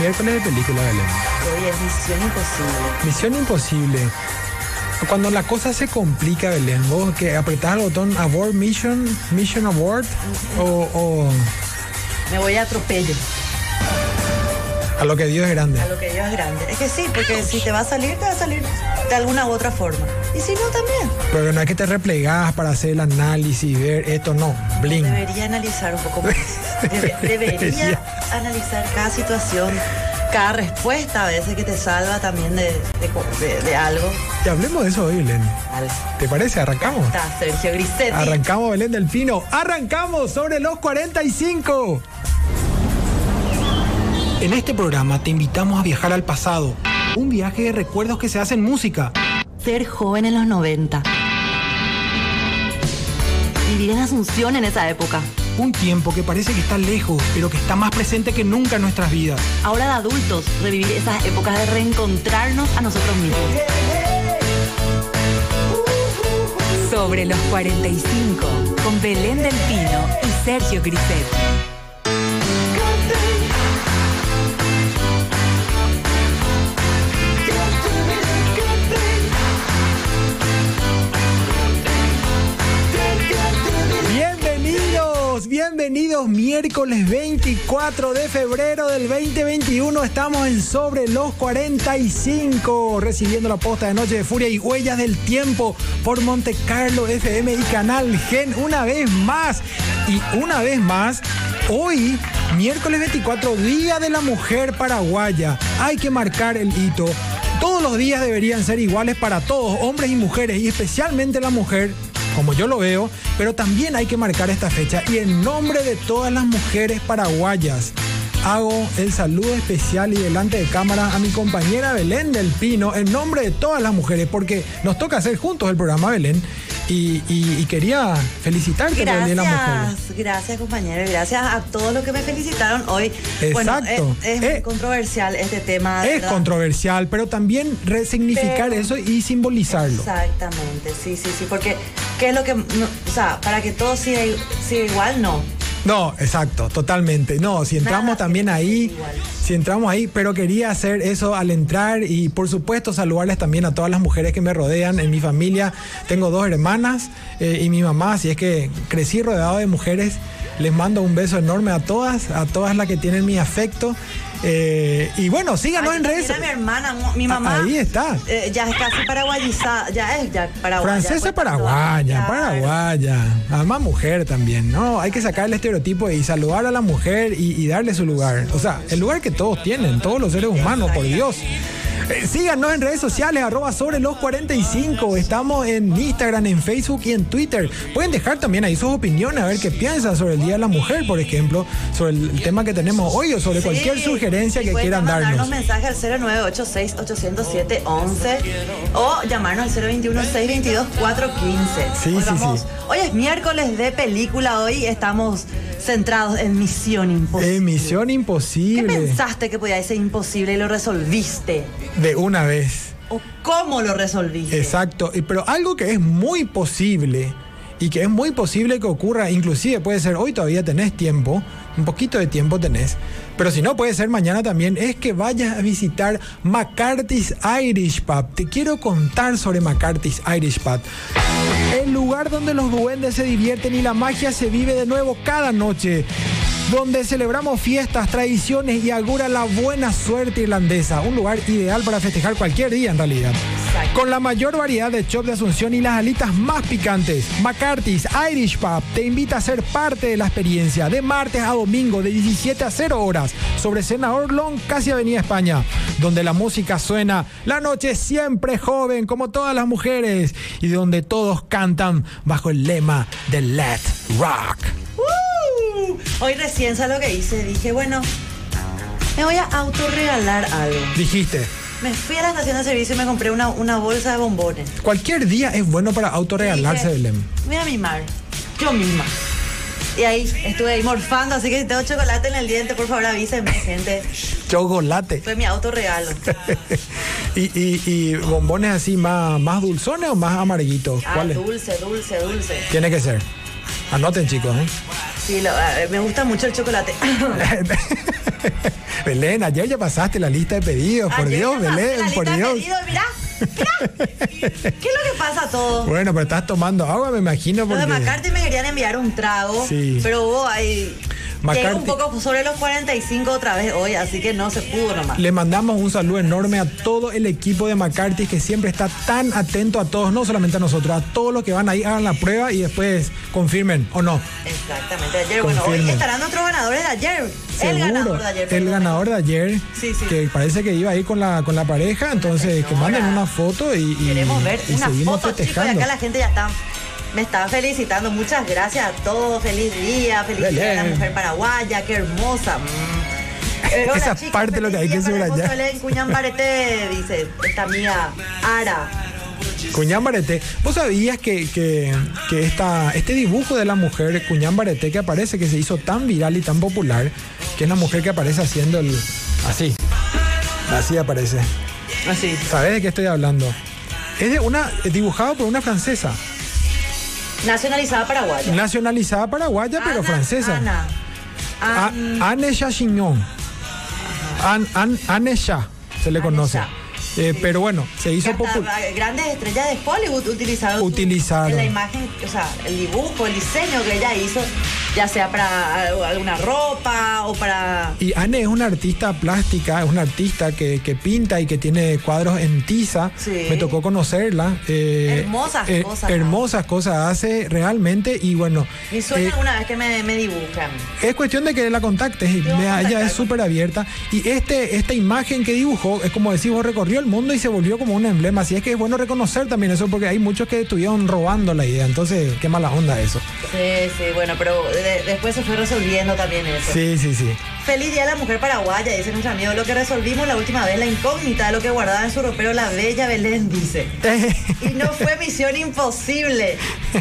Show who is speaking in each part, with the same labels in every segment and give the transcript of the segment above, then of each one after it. Speaker 1: miércoles de película, Belén.
Speaker 2: Hoy es Misión Imposible.
Speaker 1: Misión imposible. Cuando la cosa se complica, Belén, vos que apretás el botón Abort Mission, Mission Abort, o, o
Speaker 2: Me voy a atropello.
Speaker 1: a lo que Dios es grande.
Speaker 2: A lo que Dios es grande. Es que sí, porque si te va a salir, te va a salir de alguna u otra forma. Y si no, también.
Speaker 1: Pero no es que te replegás para hacer el análisis, ver esto, no, bling.
Speaker 2: Debería analizar un poco más. Debe- debería analizar cada situación, cada respuesta a veces que te salva también de, de co- de- de algo.
Speaker 1: Y hablemos de eso hoy, Belén.
Speaker 2: Al-
Speaker 1: ¿Te parece? Arrancamos.
Speaker 2: Está Sergio Grisetti.
Speaker 1: Arrancamos, Belén del Pino. Arrancamos sobre los 45. En este programa te invitamos a viajar al pasado. Un viaje de recuerdos que se hace en música.
Speaker 2: Ser joven en los 90. Vivir en Asunción en esa época.
Speaker 1: Un tiempo que parece que está lejos, pero que está más presente que nunca en nuestras vidas.
Speaker 2: Ahora de adultos, revivir esas épocas de reencontrarnos a nosotros mismos.
Speaker 3: Sobre los 45, con Belén del Pino y Sergio Griset.
Speaker 1: Bienvenidos, bienvenidos miércoles 24 de febrero del 2021. Estamos en sobre los 45, recibiendo la posta de Noche de Furia y Huellas del Tiempo por Monte Carlo FM y Canal Gen una vez más. Y una vez más, hoy, miércoles 24, Día de la Mujer Paraguaya. Hay que marcar el hito. Todos los días deberían ser iguales para todos, hombres y mujeres, y especialmente la mujer como yo lo veo, pero también hay que marcar esta fecha y en nombre de todas las mujeres paraguayas. Hago el saludo especial y delante de cámara a mi compañera Belén del Pino en nombre de todas las mujeres, porque nos toca hacer juntos el programa Belén y, y- y quería felicitarte por el Día de la Mujer.
Speaker 2: Gracias, gracias compañero, gracias a todos los que me felicitaron hoy. Bueno,
Speaker 1: Exacto.
Speaker 2: es, es
Speaker 1: Eh,
Speaker 2: muy controversial este tema.
Speaker 1: Es
Speaker 2: ¿verdad?
Speaker 1: controversial, pero también resignificar
Speaker 2: Pero-
Speaker 1: eso y simbolizarlo.
Speaker 2: Exactamente, sí, sí, sí, porque ¿qué es lo que... no, o sea, para que todo siga, i- siga igual, no.
Speaker 1: No, exacto, totalmente. No, si entramos
Speaker 2: Nada
Speaker 1: también
Speaker 2: tiene que
Speaker 1: ahí,
Speaker 2: ser igual.
Speaker 1: si entramos ahí, pero quería hacer eso al entrar y por supuesto saludarles también a todas las mujeres que me rodean. En mi familia tengo dos hermanas eh, y mi mamá, así es que crecí rodeado de mujeres. Les mando un beso enorme a todas, a todas las que tienen mi afecto. Eh, y bueno, síganos
Speaker 2: Ay,
Speaker 1: en redes.
Speaker 2: mira mi hermana, mo- mi mamá.
Speaker 1: Ahí está.
Speaker 2: eh, ya es casi paraguayizada, ya es ya paraguaya.
Speaker 1: Francesa
Speaker 2: cuenta
Speaker 1: paraguaya,
Speaker 2: toda.
Speaker 1: paraguaya. Además mujer también, ¿no? Hay que sacar el estereotipo y saludar a la mujer y, y darle su lugar. O sea, el lugar que todos tienen, todos los seres humanos, por Dios. Eh, Síganos en redes sociales, arroba sobre los 45. Estamos en Instagram, en Facebook y en Twitter. Pueden dejar también ahí sus opiniones, a ver qué piensan sobre el Día de la Mujer, por ejemplo, sobre el tema que tenemos hoy o sobre
Speaker 2: Sí,
Speaker 1: cualquier sugerencia
Speaker 2: y
Speaker 1: que
Speaker 2: pueden
Speaker 1: quieran darnos.
Speaker 2: mandarnos mensaje al 0986-807-11 o llamarnos al 021-622-415.
Speaker 1: Sí,
Speaker 2: hoy
Speaker 1: sí, sí.
Speaker 2: Hoy es miércoles de película, hoy estamos centrados en Misión Imposible.
Speaker 1: Emisión
Speaker 2: ¿Qué
Speaker 1: imposible.
Speaker 2: pensaste que podía ser imposible y lo resolviste?
Speaker 1: De una vez.
Speaker 2: ¿O cómo lo resolviste?
Speaker 1: Exacto, y- pero algo que es muy posible y que es muy posible que ocurra, inclusive puede ser hoy todavía tenés tiempo, un poquito de tiempo tenés, pero si no puede ser mañana también, es que vayas a visitar McCarthy's Irish Pub. Te quiero contar sobre McCarthy's Irish Pub. El lugar donde los duendes se divierten y la magia se vive de nuevo cada noche. Donde celebramos fiestas, tradiciones y augura la buena suerte irlandesa. Un lugar ideal para festejar cualquier día en realidad. Con la mayor variedad de chops de Asunción y las alitas más picantes, McCarthy's Irish Pub te invita a ser parte de la experiencia de martes a domingo de 17 a 0 horas sobre Senador Long, casi Avenida España, donde la música suena, la noche es siempre joven como todas las mujeres y donde todos cantan bajo el lema de Let Rock.
Speaker 2: ¡Uh! Hoy recién sabes lo que hice, dije, bueno, me voy a autorregalar algo.
Speaker 1: Dijiste,
Speaker 2: Me fui a la estación de servicio y me compré una, una bolsa de bombones.
Speaker 1: cualquier día es bueno para autorregalarse,
Speaker 2: Dije,
Speaker 1: Belén.
Speaker 2: Voy a mimar. Yo misma. Y ahí estuve ahí morfando, así que si tengo chocolate en el diente, por favor avísenme, gente.
Speaker 1: Chocolate.
Speaker 2: Fue mi autorregalo.
Speaker 1: y, y- y bombones así más, más dulzones o más amarguitos?
Speaker 2: Ah,
Speaker 1: ¿Cuáles?
Speaker 2: dulce, dulce, dulce.
Speaker 1: Tiene que ser. Anoten, chicos. ¿eh?
Speaker 2: Sí, lo- ah, me gusta mucho el chocolate.
Speaker 1: Belén, ayer ya pasaste la lista de pedidos, por
Speaker 2: Ayer
Speaker 1: Dios,
Speaker 2: me pasé
Speaker 1: Belén,
Speaker 2: la lista
Speaker 1: por
Speaker 2: de
Speaker 1: Dios.
Speaker 2: pedidos, mirá, mirá. ¿Qué es lo que pasa a todos?
Speaker 1: Bueno, pero estás tomando agua, me imagino,
Speaker 2: Los de
Speaker 1: porque...
Speaker 2: McCarthy me querían enviar un trago,
Speaker 1: Sí.
Speaker 2: pero hubo ahí. Llegué un
Speaker 1: McCarthy-
Speaker 2: poco sobre los 45 otra vez hoy, así que no se pudo nomás.
Speaker 1: Le mandamos un saludo enorme a todo el equipo de McCarthy que siempre está tan atento a todos, no solamente a nosotros, a todos los que van ahí, hagan la prueba y después confirmen o no.
Speaker 2: Exactamente, ayer, bueno, hoy
Speaker 1: Confirmo.
Speaker 2: estarán otros ganadores de ayer. el
Speaker 1: Seguro,
Speaker 2: ganador de ayer.
Speaker 1: el
Speaker 2: perdón.
Speaker 1: ganador de ayer,
Speaker 2: Sí, sí.
Speaker 1: que parece que iba ahí con la, con la pareja, entonces que manden
Speaker 2: señora.
Speaker 1: una foto y, y-
Speaker 2: Queremos ver
Speaker 1: y
Speaker 2: una
Speaker 1: seguimos
Speaker 2: foto, chicos, y
Speaker 1: festejando.
Speaker 2: acá la gente ya está. Me está felicitando, muchas gracias a todos, feliz día, feliz día a la
Speaker 1: Belén.
Speaker 2: mujer paraguaya, qué hermosa. mm. Eh, hola,
Speaker 1: Esa
Speaker 2: chicos,
Speaker 1: parte es lo que hay
Speaker 2: feliz
Speaker 1: que
Speaker 2: día para el
Speaker 1: subrayar.
Speaker 2: mozo Belén Cuñambarete, dice esta amiga Ara.
Speaker 1: Cuñambarete, ¿vos sabías que, que- que esta, este dibujo de la mujer Cuñambarete que aparece, que se hizo tan viral y tan popular, que es la mujer que aparece haciendo el... Así. Así aparece. Ah,
Speaker 2: Así.
Speaker 1: ¿Sabés de qué estoy hablando? Es de una, dibujado por una francesa,
Speaker 2: Nacionalizada paraguaya.
Speaker 1: nacionalizada paraguaya, pero
Speaker 2: Ana-
Speaker 1: francesa. Ah,
Speaker 2: Ana. Ah,
Speaker 1: A-
Speaker 2: An-
Speaker 1: Anne Chachignon. An, An- Anne Cha, se le
Speaker 2: Anne
Speaker 1: conoce.
Speaker 2: Cha.
Speaker 1: Eh, Pero bueno, se hizo
Speaker 2: hasta
Speaker 1: popular.
Speaker 2: grandes estrellas de Hollywood utilizaron, su-
Speaker 1: Utilizaron.
Speaker 2: la imagen, o sea, el dibujo, el diseño que ella hizo, ya sea para al- alguna ropa o para
Speaker 1: Y Anne es una artista plástica, es una artista que, que pinta y que tiene cuadros en tiza.
Speaker 2: Sí.
Speaker 1: Me tocó conocerla. eh,
Speaker 2: Hermosas
Speaker 1: eh,
Speaker 2: cosas,
Speaker 1: Hermosas cosas hace realmente y bueno.
Speaker 2: mi sueño
Speaker 1: eh,
Speaker 2: alguna vez que me, me dibujan.
Speaker 1: es cuestión de que la contactes. y
Speaker 2: Yo voy a
Speaker 1: vea, Ella
Speaker 2: contactar.
Speaker 1: es súper abierta. Y este, esta imagen que dibujó, es como decimos, recorrió el mundo y se volvió como un emblema. Así es que es bueno reconocer también eso, porque hay muchos que estuvieron robando la idea. Entonces, qué mala onda eso.
Speaker 2: Sí, sí, bueno, pero de- después se fue resolviendo también eso.
Speaker 1: Sí, sí, sí.
Speaker 2: Feliz día a la mujer paraguaya, dice nuestro amigo. Lo que resolvimos la última vez, la incógnita de lo que guardaba en su ropero la bella Belén, dice. Y no fue misión imposible.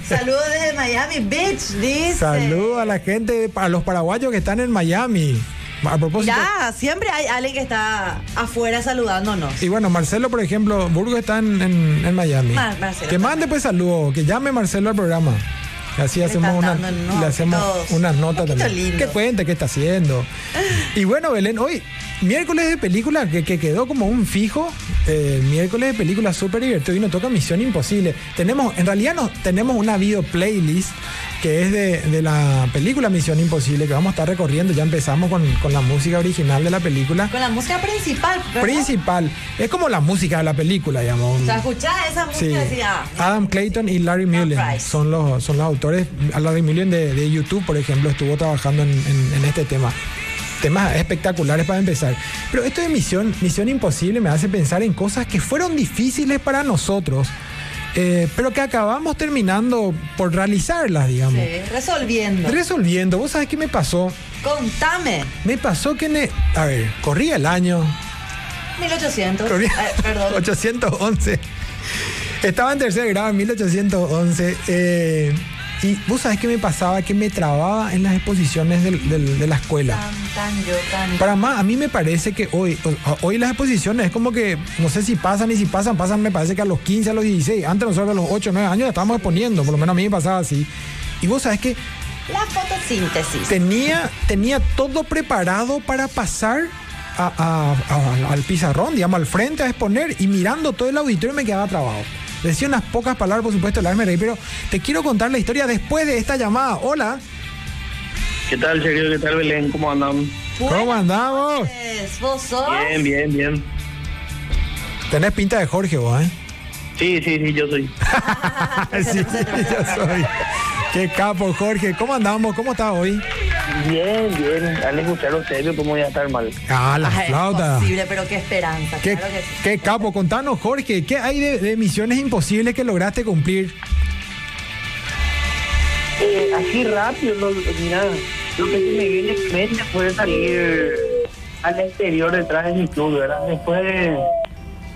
Speaker 2: Saludos desde Miami Beach, dice.
Speaker 1: Saludos a la gente, a los paraguayos que están en Miami. A propósito.
Speaker 2: Ya, siempre hay alguien que está afuera saludándonos.
Speaker 1: Y bueno, Marcelo, por ejemplo, Burgo está en, en- en Miami.
Speaker 2: Mar- Marcelo
Speaker 1: que
Speaker 2: está
Speaker 1: mande pues saludos, que llame Marcelo al programa. Así hacemos,
Speaker 2: están
Speaker 1: una,
Speaker 2: dando
Speaker 1: le hacemos
Speaker 2: notitos,
Speaker 1: unas notas
Speaker 2: un poquito
Speaker 1: también.
Speaker 2: lindo.
Speaker 1: Que cuente, qué está haciendo. Y bueno, Belén, hoy miércoles de película que, que quedó como un fijo. eh, miércoles de película súper divertido y nos toca Misión Imposible. Tenemos, en realidad nos, tenemos una video playlist que es de, de la película Misión Imposible que vamos a estar recorriendo. Ya empezamos con, con la música original de la película.
Speaker 2: Con la música principal, ¿verdad?
Speaker 1: Principal. Es como la música de la película, digamos.
Speaker 2: O sea, escuchá esa música
Speaker 1: Sí. Ah.
Speaker 2: y "Ah, decía,
Speaker 1: Adam Clayton y Larry Mullen
Speaker 2: Price.
Speaker 1: son los, son los autores. A Larry Mullen de, de YouTube, por ejemplo, estuvo trabajando en, en- en este tema. Temas espectaculares para empezar. Pero esto de Misión, Misión Imposible me hace pensar en cosas que fueron difíciles para nosotros, eh, pero que acabamos terminando por realizarlas, digamos.
Speaker 2: sí, resolviendo.
Speaker 1: Resolviendo, vos sabés qué me pasó.
Speaker 2: Contame,
Speaker 1: Me pasó que, en el- a ver, corría el año,
Speaker 2: 1800.
Speaker 1: Corría-
Speaker 2: eh, perdón.
Speaker 1: 811. Estaba en tercer grado en 1811. eh, y vos sabés que me pasaba que me trababa en las exposiciones del- del- de la escuela.
Speaker 2: Tan, tan, yo, tan.
Speaker 1: Para más, a mí me parece que hoy, o- hoy las exposiciones es como que, no sé si pasan y si pasan, pasan, me parece que a los 15, a los 16. Antes nosotros a los 8, 9 años la estábamos exponiendo, por lo menos a mí me pasaba así. Y vos sabés que
Speaker 2: La fotosíntesis.
Speaker 1: tenía, tenía todo preparado para pasar a- a- a- al pizarrón, digamos, al frente a exponer y mirando todo el auditorio me quedaba trabado. Decía unas pocas palabras, por supuesto, la me reí, pero te quiero contar la historia después de esta llamada. Hola,
Speaker 4: ¿Qué tal, Sergio? ¿Qué tal, Belén? ¿Cómo andan?
Speaker 1: ¿cómo andamos?
Speaker 2: Pues, vos sos.
Speaker 4: Bien, bien, bien.
Speaker 1: Tenés pinta de Jorge vos, ¿eh?
Speaker 4: Sí, sí, sí, yo soy.
Speaker 1: sí, yo soy. Qué capo, Jorge. ¿Cómo andamos? ¿Cómo estás hoy?
Speaker 4: Bien, bien. Al escuchar a ustedes, yo cómo voy a estar mal.
Speaker 1: Ah, la
Speaker 2: Ah, es
Speaker 1: flauta.
Speaker 2: imposible, pero qué esperanza.
Speaker 1: Qué,
Speaker 2: claro que sí.
Speaker 1: qué capo. Contanos, Jorge, ¿qué hay de, de misiones imposibles que lograste cumplir?
Speaker 4: Eh, así rápido, no, mira, lo que se me viene en mente fue salir al exterior detrás de mi club, ¿verdad? Después,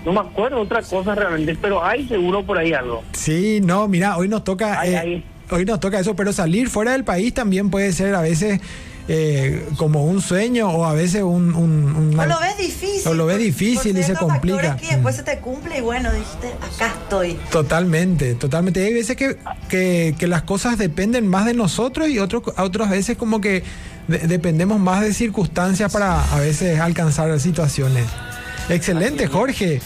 Speaker 4: no me acuerdo otra cosa realmente, pero hay seguro por ahí algo.
Speaker 1: Sí, no, mira, hoy nos toca,
Speaker 4: Ay,
Speaker 1: eh,
Speaker 4: ay.
Speaker 1: hoy nos toca eso, pero salir fuera del país también puede ser a veces eh, como un sueño o a veces un, un- una-
Speaker 2: O lo ves difícil.
Speaker 1: O lo ves
Speaker 2: por-
Speaker 1: difícil
Speaker 2: por
Speaker 1: y se
Speaker 2: ciertos
Speaker 1: complica. Mm.
Speaker 2: factores Que después se te cumple y bueno, dijiste, acá estoy.
Speaker 1: Totalmente, totalmente. Hay veces que, que- que las cosas dependen más de nosotros y otros, otras veces como que de- dependemos más de circunstancias para a veces alcanzar situaciones. Excelente, Jorge.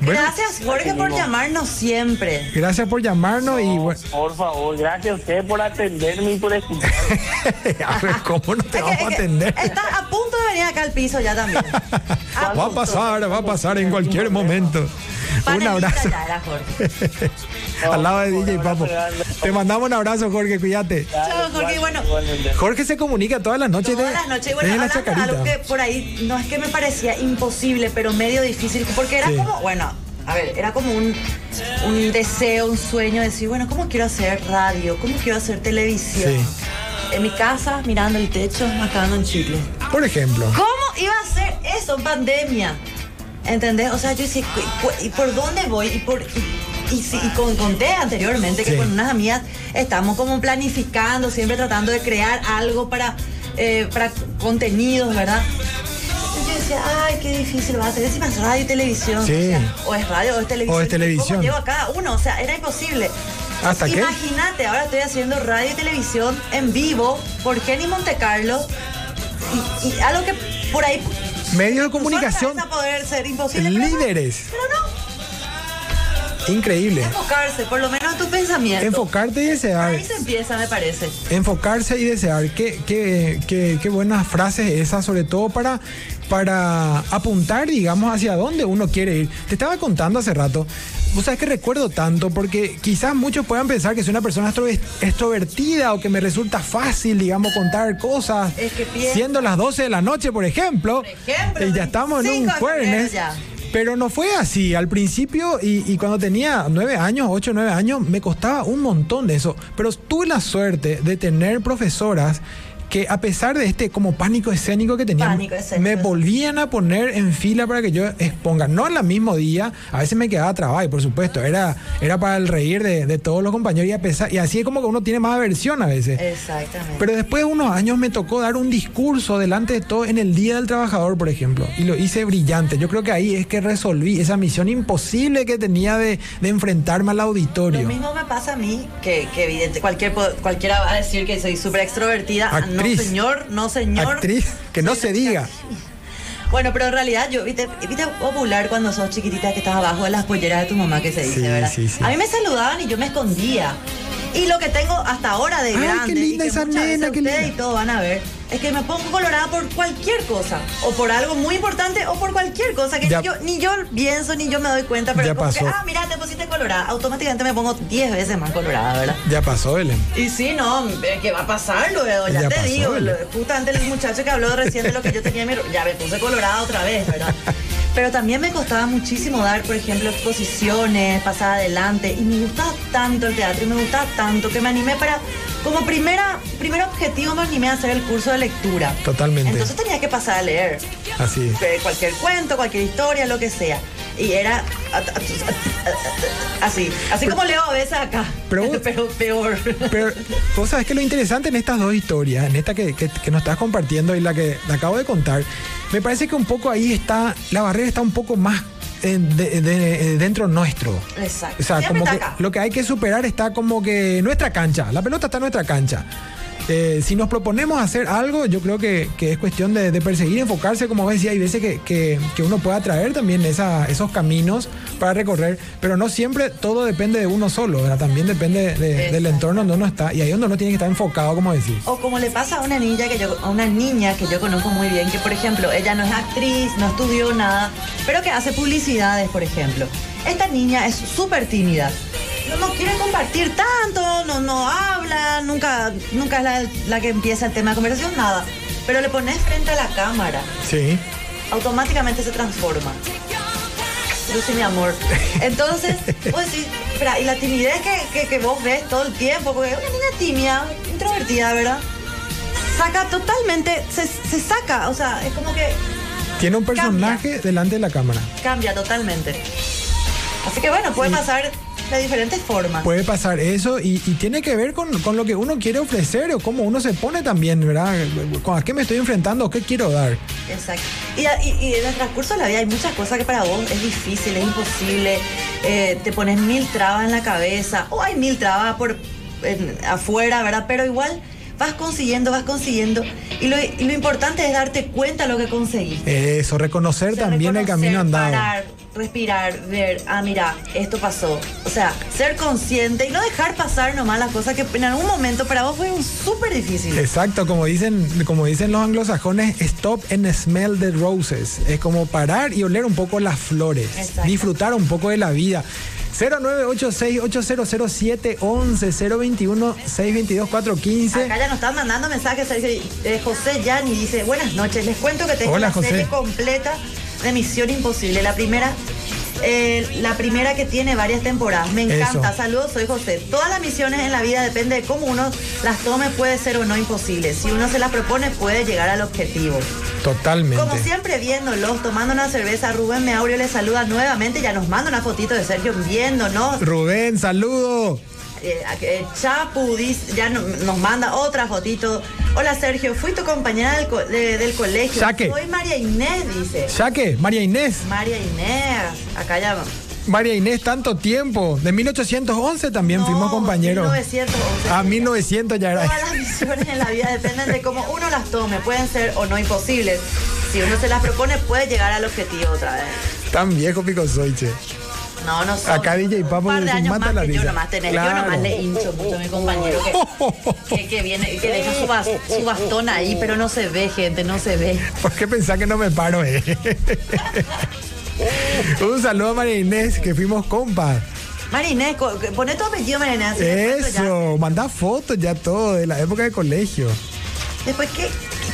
Speaker 1: Bueno,
Speaker 2: Gracias, Jorge, por llamarnos siempre.
Speaker 1: gracias por llamarnos y bueno,
Speaker 4: Por favor, gracias a usted por atenderme y por escuchar.
Speaker 1: a ver, ¿cómo no te
Speaker 2: Es que-
Speaker 1: vamos a
Speaker 2: es que
Speaker 1: atender?
Speaker 2: Estás a punto de venir acá al piso ya también.
Speaker 1: Va a pasar, va a pasar en cualquier momento. Un
Speaker 2: Panelista
Speaker 1: abrazo.
Speaker 2: ya era, Jorge.
Speaker 1: Al lado de
Speaker 4: Un
Speaker 1: DJ
Speaker 4: abrazo
Speaker 1: Papo.
Speaker 4: grande.
Speaker 1: Te mandamos un abrazo, Jorge, cuídate.
Speaker 2: Chao, Jorge, y bueno.
Speaker 4: Igualmente.
Speaker 1: Jorge se comunica todas las noches
Speaker 2: Todas
Speaker 1: de-
Speaker 2: las noches, Y
Speaker 1: desde
Speaker 2: bueno,
Speaker 1: la
Speaker 2: hablando de
Speaker 1: chacarita.
Speaker 2: algo que por ahí no es que me parecía imposible, pero medio difícil, porque era
Speaker 1: Sí.
Speaker 2: como, bueno, a ver, era como un, un deseo, un sueño, de decir, bueno, ¿cómo quiero hacer radio? ¿Cómo quiero hacer televisión?
Speaker 1: Sí.
Speaker 2: En mi casa, mirando el techo, acabando en chicle.
Speaker 1: Por ejemplo.
Speaker 2: ¿Cómo iba a ser eso en pandemia? ¿Entendés? O sea, yo decía, "¿Cu- cu- ¿y por dónde voy? Y por. Y, y si- y con- conté anteriormente que
Speaker 1: Sí.
Speaker 2: con unas amigas estamos como planificando, siempre tratando de crear algo para, eh, para contenidos, ¿verdad? Y yo decía, ay, qué difícil va a ser. Encima es radio y televisión.
Speaker 1: Sí.
Speaker 2: O, sea, o es radio o es televisión.
Speaker 1: O es
Speaker 2: ¿Y
Speaker 1: televisión.
Speaker 2: ¿Cómo llego a cada uno? O sea, era imposible.
Speaker 1: ¿Hasta qué?
Speaker 2: Imagínate, ahora estoy haciendo radio y televisión en vivo por Kenny Monte Carlo y, y algo que por ahí
Speaker 1: Medios de
Speaker 2: cruzó la
Speaker 1: comunicación
Speaker 2: cabeza poder ser imposible pero no,
Speaker 1: líderes.
Speaker 2: pero no
Speaker 1: Increíble.
Speaker 2: enfocarse por lo menos en tu pensamiento
Speaker 1: Enfocarte y desear.
Speaker 2: ahí se empieza me parece
Speaker 1: Enfocarse y desear. Qué, qué, qué- qué buenas frases esas, sobre todo para, para apuntar, digamos, hacia dónde uno quiere ir. Te estaba contando hace rato. Vos sabés que recuerdo tanto porque quizás muchos puedan pensar que soy una persona extro- extrovertida o que me resulta fácil, digamos, contar cosas.
Speaker 2: Es que piensa.
Speaker 1: siendo las 12 de la noche, por ejemplo.
Speaker 2: ejemplo,
Speaker 1: y ya estamos en un
Speaker 2: 25 de febrero
Speaker 1: jueves.
Speaker 2: ya.
Speaker 1: Pero no fue así. Al principio, y, y cuando tenía nueve años, ocho, nueve años, me costaba un montón de eso. Pero tuve la suerte de tener profesoras que a pesar de este como pánico escénico que tenía,
Speaker 2: Pánico escénico.
Speaker 1: me volvían a poner en fila para que yo exponga. No en el mismo día, a veces me quedaba trabajo, por supuesto, era, era para el reír de, de todos los compañeros y, a pesar, y así es como que uno tiene más aversión a veces.
Speaker 2: exactamente
Speaker 1: Pero después de unos años me tocó dar un discurso delante de todo en el Día del Trabajador, por ejemplo, y lo hice brillante. Yo creo que ahí es que resolví esa misión imposible que tenía de, de enfrentarme al
Speaker 2: lo
Speaker 1: auditorio.
Speaker 2: mismo me pasa a mí, que, que evidente, cualquier, po- cualquiera va a decir que soy súper extrovertida. Ah,
Speaker 1: Actriz.
Speaker 2: No, señor, no, señor.
Speaker 1: Actriz, que no
Speaker 2: Soy
Speaker 1: se
Speaker 2: una
Speaker 1: diga.
Speaker 2: Bueno, pero en realidad yo, viste, eh, viste popular cuando sos chiquitita que estás abajo de las polleras de tu mamá que se dice,
Speaker 1: Sí,
Speaker 2: ¿verdad?
Speaker 1: sí, sí.
Speaker 2: A mí me saludaban y yo me escondía. Y lo que tengo hasta ahora de
Speaker 1: Ay, qué
Speaker 2: grande,
Speaker 1: linda
Speaker 2: y que
Speaker 1: esa
Speaker 2: muchas veces
Speaker 1: nena, qué
Speaker 2: ustedes
Speaker 1: linda.
Speaker 2: y todo van a ver, es que me pongo colorada por cualquier cosa, o por algo muy importante, o por cualquier cosa que
Speaker 1: Ya.
Speaker 2: ni, yo, ni yo pienso, ni yo me doy cuenta, pero
Speaker 1: Ya
Speaker 2: es como que,
Speaker 1: pasó.
Speaker 2: ah, mira, te pusiste colorada, automáticamente me pongo 10 veces más colorada, ¿verdad?
Speaker 1: Ya pasó, Belén.
Speaker 2: Y sí, no, eh, ¿qué va a pasar luego? Ya,
Speaker 1: Ya
Speaker 2: te
Speaker 1: pasó,
Speaker 2: digo,
Speaker 1: Belén.
Speaker 2: lo- justamente el muchacho que habló recién de lo que yo tenía en mi ro- ya me puse colorada otra vez, ¿verdad? Pero también me costaba muchísimo dar, por ejemplo, exposiciones, pasar adelante, y me gustaba tanto el teatro, y me gustaba tanto que me animé para, como primera, primer objetivo me animé a hacer el curso de lectura.
Speaker 1: Totalmente.
Speaker 2: Entonces tenía que pasar a leer
Speaker 1: Así.
Speaker 2: eh, cualquier cuento, cualquier historia, lo que sea. Y era a- a- a- a- así, así como leo a veces acá,
Speaker 1: Pero-
Speaker 2: pero peor.
Speaker 1: Pero vos sabés que lo interesante en estas dos historias, en esta que, que- que nos estás compartiendo y la que te acabo de contar, me parece que un poco ahí está, la barrera está un poco más eh, de- de- dentro nuestro.
Speaker 2: Exacto.
Speaker 1: O sea,
Speaker 2: Siempre
Speaker 1: como
Speaker 2: está
Speaker 1: que
Speaker 2: acá.
Speaker 1: lo que hay que superar está como que nuestra cancha, la pelota está en nuestra cancha. Eh, si nos proponemos hacer algo, yo creo que, que es cuestión de, de perseguir, enfocarse, como decía, hay veces que, que- que uno puede atraer también esa- esos caminos para recorrer, pero no siempre todo depende de uno solo, ¿verdad? también depende de- del
Speaker 2: Exacto.
Speaker 1: entorno donde uno está y ahí donde uno tiene que estar enfocado, como decís.
Speaker 2: O como le pasa a una niña que yo, a una niña que yo conozco muy bien, que por ejemplo, ella no es actriz, no estudió nada, pero que hace publicidades, por ejemplo. Esta niña es súper tímida. No, no quiere compartir tanto, no, no habla, nunca, nunca es la, la que empieza el tema de conversación, nada. Pero le pones frente a la cámara,
Speaker 1: Sí.
Speaker 2: automáticamente se transforma. Lucy, mi amor. Entonces, vos decís, "Fra, y la timidez que, que- que vos ves todo el tiempo, porque es una niña tímida, introvertida, ¿verdad? Saca totalmente, se, se saca, o sea, es como que
Speaker 1: Tiene un
Speaker 2: Cambia.
Speaker 1: personaje delante de la cámara.
Speaker 2: cambia totalmente. Así que bueno, puede pasar de diferentes formas.
Speaker 1: Puede pasar eso y, y tiene que ver con, con lo que uno quiere ofrecer o cómo uno se pone también, ¿verdad? ¿Con ¿A qué me estoy enfrentando? ¿Qué quiero dar?
Speaker 2: Exacto. Y, y- y en el transcurso de la vida hay muchas cosas que para vos es difícil, es imposible, eh, te pones mil trabas en la cabeza, o hay mil trabas por en- afuera, ¿verdad? Pero igual vas consiguiendo, vas consiguiendo. Y lo, y lo importante es darte cuenta lo que conseguiste.
Speaker 1: Eso, reconocer
Speaker 2: O sea,
Speaker 1: también el
Speaker 2: reconocer,
Speaker 1: camino andado.
Speaker 2: Parar, respirar, ver, ah, mira, esto pasó. O sea, ser consciente y no dejar pasar nomás las cosas que en algún momento para vos fueron súper difíciles.
Speaker 1: Exacto, como dicen, como dicen los anglosajones, stop and smell the roses. Es como parar y oler un poco las flores,
Speaker 2: Exacto.
Speaker 1: disfrutar un poco de la vida. 0986-8007-11, 021-622-415.
Speaker 2: Acá ya nos están mandando mensajes. ahí dice, eh, José Yani dice: Buenas noches, les cuento que tengo
Speaker 1: Hola,
Speaker 2: la
Speaker 1: José.
Speaker 2: serie completa de Misión Imposible. La primera. eh, la primera que tiene varias temporadas. Me encanta.
Speaker 1: Eso.
Speaker 2: Saludos, soy José. Todas las misiones en la vida depende de cómo uno las tome, puede ser o no imposible. Si uno se las propone, puede llegar al objetivo. Como
Speaker 1: Totalmente.
Speaker 2: siempre, viéndolos, tomando una cerveza, Rubén Me Aurio les saluda nuevamente. Ya nos manda una fotito de Sergio viéndonos.
Speaker 1: Rubén, saludo.
Speaker 2: Eh, eh, Chapu dice- ya no- nos manda otra fotito. Hola Sergio, fui tu compañera del, co- de- del colegio.
Speaker 1: Saque.
Speaker 2: Soy María Inés, dice.
Speaker 1: Jaque, María Inés.
Speaker 2: María Inés, acá ya.
Speaker 1: María Inés, tanto tiempo. De 1811 también
Speaker 2: No,
Speaker 1: fuimos compañeros.
Speaker 2: 1911.
Speaker 1: A 1900 ya
Speaker 2: Todas
Speaker 1: era.
Speaker 2: las misiones en la vida dependen de cómo uno las tome, pueden ser o no imposibles. Si uno se las propone, puede llegar al objetivo otra vez.
Speaker 1: Tan viejo pico soy, che.
Speaker 2: No, no sé.
Speaker 1: Acá DJ Papo
Speaker 2: Un par de
Speaker 1: dice,
Speaker 2: años
Speaker 1: mata
Speaker 2: más
Speaker 1: la
Speaker 2: que yo
Speaker 1: risa.
Speaker 2: nomás tenés.
Speaker 1: Claro.
Speaker 2: Yo nomás le hincho mucho a mi compañero que, que, que viene, que deja su, bas- su bastón ahí, pero no se ve, gente, no se ve.
Speaker 1: ¿Por qué pensás que no me paro, eh? Un saludo a María Inés, que fuimos compas.
Speaker 2: Marinés, co- que- poné tu apellido, Marinés. así me cuento ya.
Speaker 1: Eso, mandá fotos ya todo de la época de colegio.
Speaker 2: Después, ¿qué?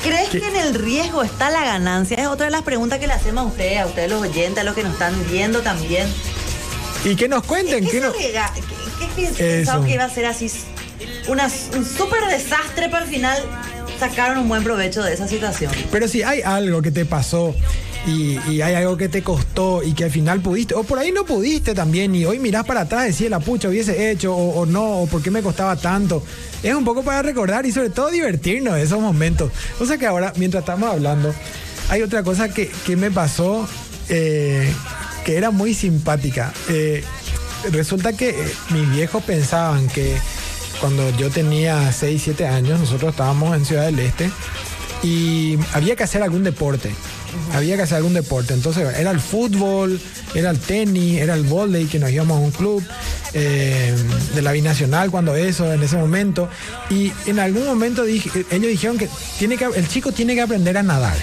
Speaker 2: ¿Crees que en el riesgo está la ganancia? Es otra de las preguntas que le hacemos a ustedes, a ustedes los oyentes, a los que nos están viendo también.
Speaker 1: Y que nos
Speaker 2: ¿Qué,
Speaker 1: cuenten, que
Speaker 2: se
Speaker 1: no.
Speaker 2: arriesga? ¿Qué- qué pensaron
Speaker 1: Eso.
Speaker 2: que iba a ser así? Una, un súper desastre, pero al final sacaron un buen provecho de esa situación.
Speaker 1: Pero si hay algo que te pasó y, y hay algo que te costó y que al final pudiste, o por ahí no pudiste también, y hoy mirás para atrás y decís, la pucha hubiese hecho, o, o no, o por qué me costaba tanto. Es un poco para recordar y sobre todo divertirnos de esos momentos. O sea que ahora, mientras estamos hablando, hay otra cosa que, que me pasó eh, que era muy simpática. Eh, resulta que eh, mis viejos pensaban que cuando yo tenía 6, 7 años, nosotros estábamos en Ciudad del Este y había que hacer algún deporte. Había que hacer algún deporte. Entonces era el fútbol, era el tenis, era el volei que nos íbamos a un club eh, de la binacional cuando eso, en ese momento. Y en algún momento dije- ellos dijeron que, tiene que el chico tiene que aprender a nadar.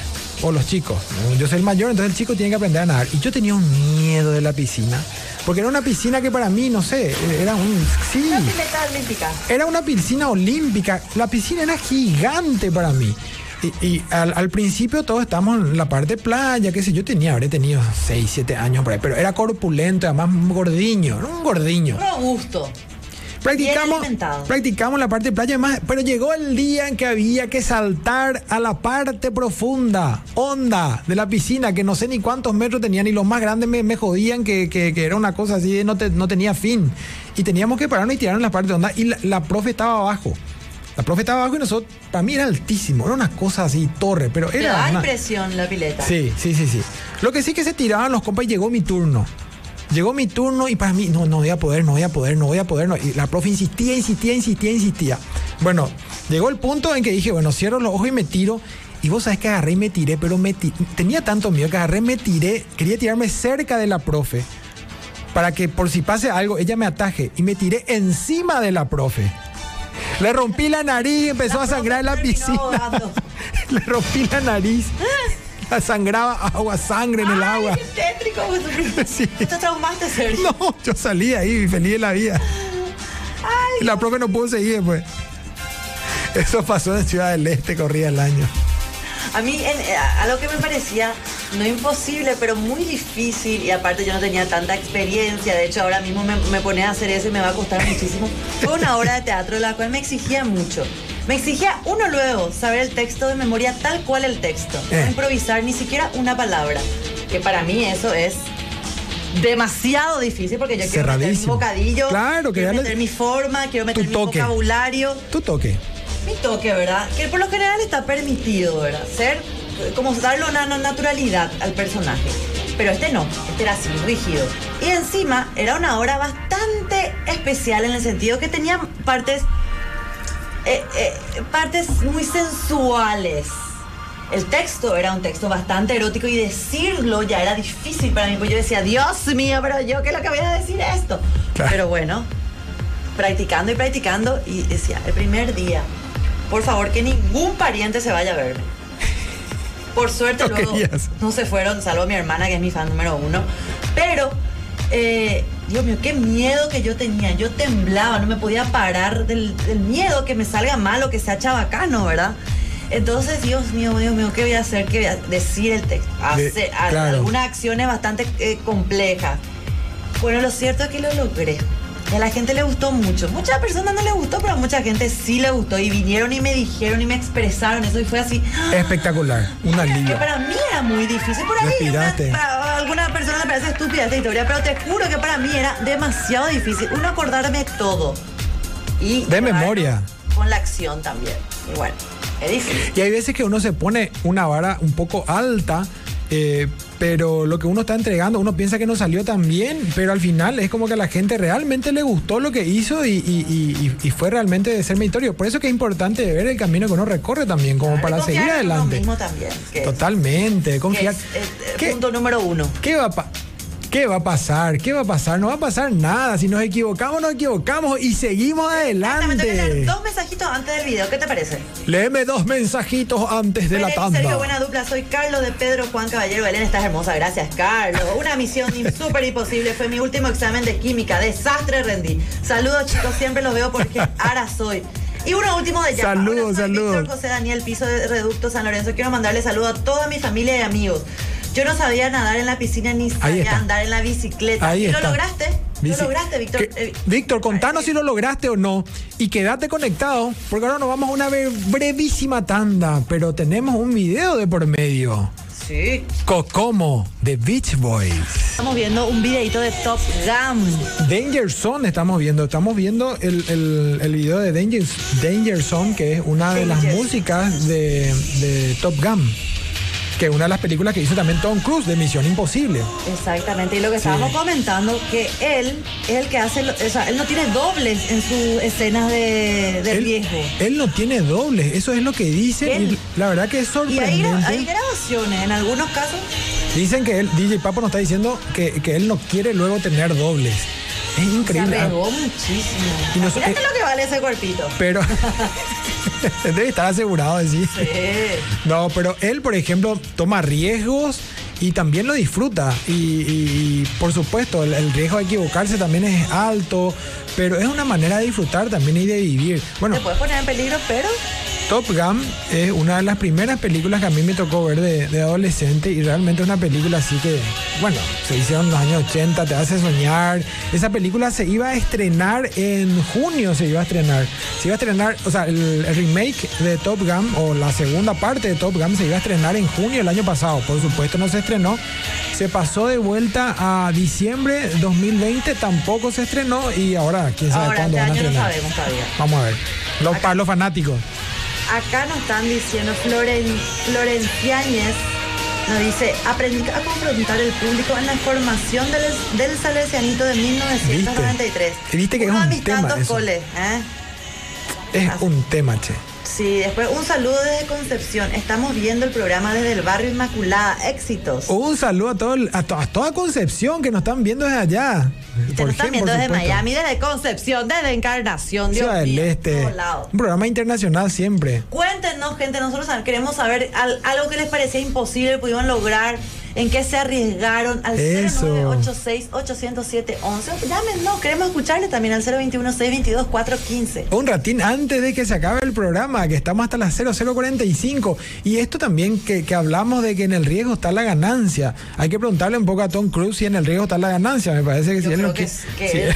Speaker 1: O los chicos. ¿no? Yo soy el mayor, entonces el chico tiene que aprender a nadar. Y yo tenía un miedo de la piscina. Porque era una piscina que para mí, no sé, era un... Sí.
Speaker 2: Una pileta olímpica.
Speaker 1: Era una piscina olímpica. La piscina era gigante para mí. Y, y al, al principio todos estábamos en la parte playa, qué sé yo, tenía, habré tenido 6, 7 años por ahí, pero era corpulento, además un gordiño, era un gordiño.
Speaker 2: Robusto.
Speaker 1: Practicamos,
Speaker 2: alimentado.
Speaker 1: practicamos la parte playa, además, pero llegó el día en que había que saltar a la parte profunda, honda, de la piscina, que no sé ni cuántos metros tenían, y los más grandes me, me jodían que, que- que era una cosa así, de no, te- no tenía fin. Y teníamos que pararnos y tirarnos la parte honda, y la, la profe estaba abajo. La profe estaba abajo y nosotros, para mí era altísimo, era una cosa así, torre, pero
Speaker 2: Te
Speaker 1: era...
Speaker 2: da
Speaker 1: una-
Speaker 2: impresión la pileta.
Speaker 1: Sí, sí, sí, sí. Lo que sí que se tiraban los compas y llegó mi turno. Llegó mi turno y para mí, no, no voy a poder, no voy a poder, no voy a poder. no. Y la profe insistía, insistía, insistía, insistía. Bueno, llegó el punto en que dije, bueno, cierro los ojos y me tiro. Y vos sabés que agarré y me tiré, pero me ti- tenía tanto miedo que agarré, me tiré, quería tirarme cerca de la profe. Para que por si pase algo, ella me ataje. Y me tiré encima de la profe. Le rompí la nariz y empezó
Speaker 2: La
Speaker 1: a sangrar en la
Speaker 2: profe terminó
Speaker 1: piscina.
Speaker 2: ahogando.
Speaker 1: Le rompí la nariz. La sangraba agua, sangre en el
Speaker 2: Ay,
Speaker 1: agua.
Speaker 2: qué tétrico, Jesucristo.
Speaker 1: Sí.
Speaker 2: Te traumaste, Sergio.
Speaker 1: No, yo salí ahí feliz de la vida. Y la profe no pudo seguir, pues. Eso pasó en Ciudad del Este, corría el año.
Speaker 2: A mí, en- eh, a a lo que me parecía, no imposible, pero muy difícil, y aparte yo no tenía tanta experiencia, de hecho ahora mismo me, me pone a hacer eso y me va a costar muchísimo, fue una obra de teatro la cual me exigía mucho. Me exigía uno luego saber el texto de memoria tal cual el texto,
Speaker 1: Eh.
Speaker 2: no improvisar ni siquiera una palabra, que para mí eso es demasiado difícil porque yo quiero meter mi
Speaker 1: Cerradísimo.
Speaker 2: bocadillo,
Speaker 1: Claro, que
Speaker 2: quiero
Speaker 1: darle
Speaker 2: meter mi forma, quiero meter
Speaker 1: tu
Speaker 2: mi
Speaker 1: toque.
Speaker 2: vocabulario
Speaker 1: Tu toque.
Speaker 2: mi toque, ¿verdad? Que por lo general está permitido, ¿verdad? Ser, eh, como darle una na- naturalidad al personaje. Pero este no, este era así, rígido. Y encima era una obra bastante especial en el sentido que tenía partes eh, eh, partes muy sensuales. El texto era un texto bastante erótico y decirlo ya era difícil para mí, porque yo decía, Dios mío, pero yo qué es lo que voy a decir esto.
Speaker 1: Claro.
Speaker 2: Pero bueno, practicando y practicando y decía, el primer día, por favor, que ningún pariente se vaya a verme. Por suerte
Speaker 1: No
Speaker 2: luego
Speaker 1: querías.
Speaker 2: no se fueron, salvo mi hermana que es mi fan número uno. Pero, eh, Dios mío, qué miedo que yo tenía. Yo temblaba, no me podía parar del, del miedo que me salga mal o que sea chabacano, ¿verdad? Entonces, Dios mío, Dios mío, ¿qué voy a hacer? ¿Qué voy a decir el texto?
Speaker 1: De-
Speaker 2: Hacer a-
Speaker 1: claro.
Speaker 2: algunas acciones bastante eh, complejas. Bueno, lo cierto es que lo logré. Y a la gente le gustó mucho. Muchas personas no le gustó, pero a mucha gente sí le gustó. Y vinieron y me dijeron y me expresaron eso. Y fue así.
Speaker 1: Espectacular, un
Speaker 2: Que
Speaker 1: alivio.
Speaker 2: para mí era muy difícil. Por ahí una-
Speaker 1: Respiraste.
Speaker 2: para alguna persona le parece estúpida esta historia, pero te juro que para mí era demasiado difícil. Uno acordarme todo. Y
Speaker 1: De
Speaker 2: llevarlo
Speaker 1: memoria.
Speaker 2: Con la acción también. Y bueno, es difícil.
Speaker 1: Y hay veces que uno se pone una vara un poco alta, eh, pero lo que uno está entregando, uno piensa que no salió tan bien, pero al final es como que a la gente realmente le gustó lo que hizo y, y- y- y- y fue realmente de ser meritorio. Por eso que es importante ver el camino que uno recorre también, como para
Speaker 2: Confiar
Speaker 1: seguir
Speaker 2: en uno
Speaker 1: adelante.
Speaker 2: mismo también. que es-
Speaker 1: Totalmente,
Speaker 2: que
Speaker 1: confiar.
Speaker 2: es, eh,
Speaker 1: ¿Qué-
Speaker 2: Punto número uno.
Speaker 1: ¿Qué va a pa- ¿Qué va a pasar? ¿Qué va a pasar? No va a pasar nada. Si nos equivocamos, nos equivocamos y seguimos
Speaker 2: Exactamente, voy a leer
Speaker 1: adelante.
Speaker 2: dos mensajitos antes del video. ¿Qué te parece?
Speaker 1: Léeme dos mensajitos antes de la
Speaker 2: Belén y Sergio, buena
Speaker 1: tanda.
Speaker 2: dupla. Soy Carlos de Pedro Juan Caballero. Belén, estás hermosa. Gracias, Carlos. Una misión súper imposible. Fue mi último examen de química. Desastre rendí. Saludos, chicos. Siempre los veo porque ahora soy. Y uno último de Yapa.
Speaker 1: Saludos,
Speaker 2: Hola, soy
Speaker 1: saludos.
Speaker 2: Víctor José Daniel, piso de Reducto San Lorenzo. Quiero mandarle saludos a toda mi familia y amigos. Yo no sabía nadar en la piscina ni sabía
Speaker 1: está.
Speaker 2: andar en la bicicleta.
Speaker 1: Ahí
Speaker 2: ¿Y
Speaker 1: está.
Speaker 2: ¿Lo lograste?
Speaker 1: Bici-
Speaker 2: ¿Lo lograste, Víctor?
Speaker 1: Que-
Speaker 2: Eh,
Speaker 1: Víctor, contanos
Speaker 2: ay,
Speaker 1: si lo lograste o no. Y quédate conectado, porque ahora nos vamos a una bre- brevísima tanda. Pero tenemos un video de por medio.
Speaker 2: Sí.
Speaker 1: Cocomo, de Beach Boys.
Speaker 2: Estamos viendo un videito de Top Gun.
Speaker 1: Danger Zone estamos viendo. Estamos viendo el, el- el video de Danger, Danger Zone, que es una de las
Speaker 2: Danger.
Speaker 1: músicas de, de Top Gun. Que es una de las películas que hizo también Tom Cruise, de Misión Imposible.
Speaker 2: Exactamente, y lo que estábamos comentando, que él es el que hace, lo- o sea, él no tiene dobles en sus escenas de, de
Speaker 1: él,
Speaker 2: riesgo.
Speaker 1: él no tiene dobles, eso es lo que dicen.
Speaker 2: Él.
Speaker 1: y la verdad que es
Speaker 2: Y hay,
Speaker 1: sorprendente.
Speaker 2: gra- hay grabaciones, en algunos casos,
Speaker 1: Dicen que él, DJ Papo nos está diciendo que, que él no quiere luego tener dobles. Es increíble.
Speaker 2: se
Speaker 1: Ah,
Speaker 2: arriesgó muchísimo.
Speaker 1: Y no sé-
Speaker 2: Imagínate
Speaker 1: eh,
Speaker 2: lo que vale ese cuerpito.
Speaker 1: Pero debe estar asegurado, sí.
Speaker 2: Sí.
Speaker 1: No, pero él, por ejemplo, toma riesgos y también lo disfruta. Y, y- y, por supuesto, el, el riesgo de equivocarse también es alto, pero es una manera de disfrutar también y de vivir. Bueno,
Speaker 2: Te puedes poner en peligro, pero
Speaker 1: Top Gun es una de las primeras películas que a mí me tocó ver de, de adolescente y realmente una película así que, bueno, se hicieron en los años 80, te hace soñar. Esa película se iba a estrenar en junio, se iba a estrenar. Se iba a estrenar, o sea, el, el remake de Top Gun o la segunda parte de Top Gun se iba a estrenar en junio el año pasado. Por supuesto no se estrenó. Se pasó de vuelta a diciembre 2020, tampoco se estrenó y ahora, quién sabe
Speaker 2: ahora
Speaker 1: cuándo
Speaker 2: este
Speaker 1: van a
Speaker 2: año no
Speaker 1: estrenar.
Speaker 2: sabemos todavía.
Speaker 1: Vamos a ver. Los, para los fanáticos.
Speaker 2: Acá nos están diciendo, Floren, Florenciáñez nos dice, aprendí a confrontar el público en la formación del, del salesianito de 1993.
Speaker 1: ¿Viste? Viste que
Speaker 2: Uno
Speaker 1: es un
Speaker 2: de mis
Speaker 1: tema
Speaker 2: tantos
Speaker 1: eso.
Speaker 2: coles, ¿eh?
Speaker 1: Es un tema, che.
Speaker 2: Sí, después un saludo desde Concepción. Estamos viendo el programa desde el barrio Inmaculada. Éxitos.
Speaker 1: Un saludo a, todo el- a, to- a toda Concepción que nos están viendo desde allá.
Speaker 2: Te
Speaker 1: Por
Speaker 2: lo están
Speaker 1: ejemplo,
Speaker 2: viendo
Speaker 1: por
Speaker 2: desde
Speaker 1: supuesto.
Speaker 2: Miami, desde Concepción, desde Encarnación, Dios
Speaker 1: Ciudad del
Speaker 2: mío, de
Speaker 1: Este.
Speaker 2: todos lados.
Speaker 1: Un programa internacional siempre.
Speaker 2: Cuéntenos, gente, nosotros sab- queremos saber al- algo que les parecía imposible, pudieron lograr, en qué se arriesgaron al
Speaker 1: Eso.
Speaker 2: 0986-807-11. Llámenos, queremos escucharle también al 021-622-415.
Speaker 1: Un ratín antes de que se acabe el programa, que estamos hasta las 0045. Y esto también que, que hablamos de que en el riesgo está la ganancia. Hay que preguntarle un poco a Tom Cruise si en el riesgo está la ganancia. Me parece que
Speaker 2: Yo
Speaker 1: si él
Speaker 2: creo
Speaker 1: no
Speaker 2: que
Speaker 1: qui-
Speaker 2: es- que
Speaker 1: si
Speaker 2: es.
Speaker 1: él-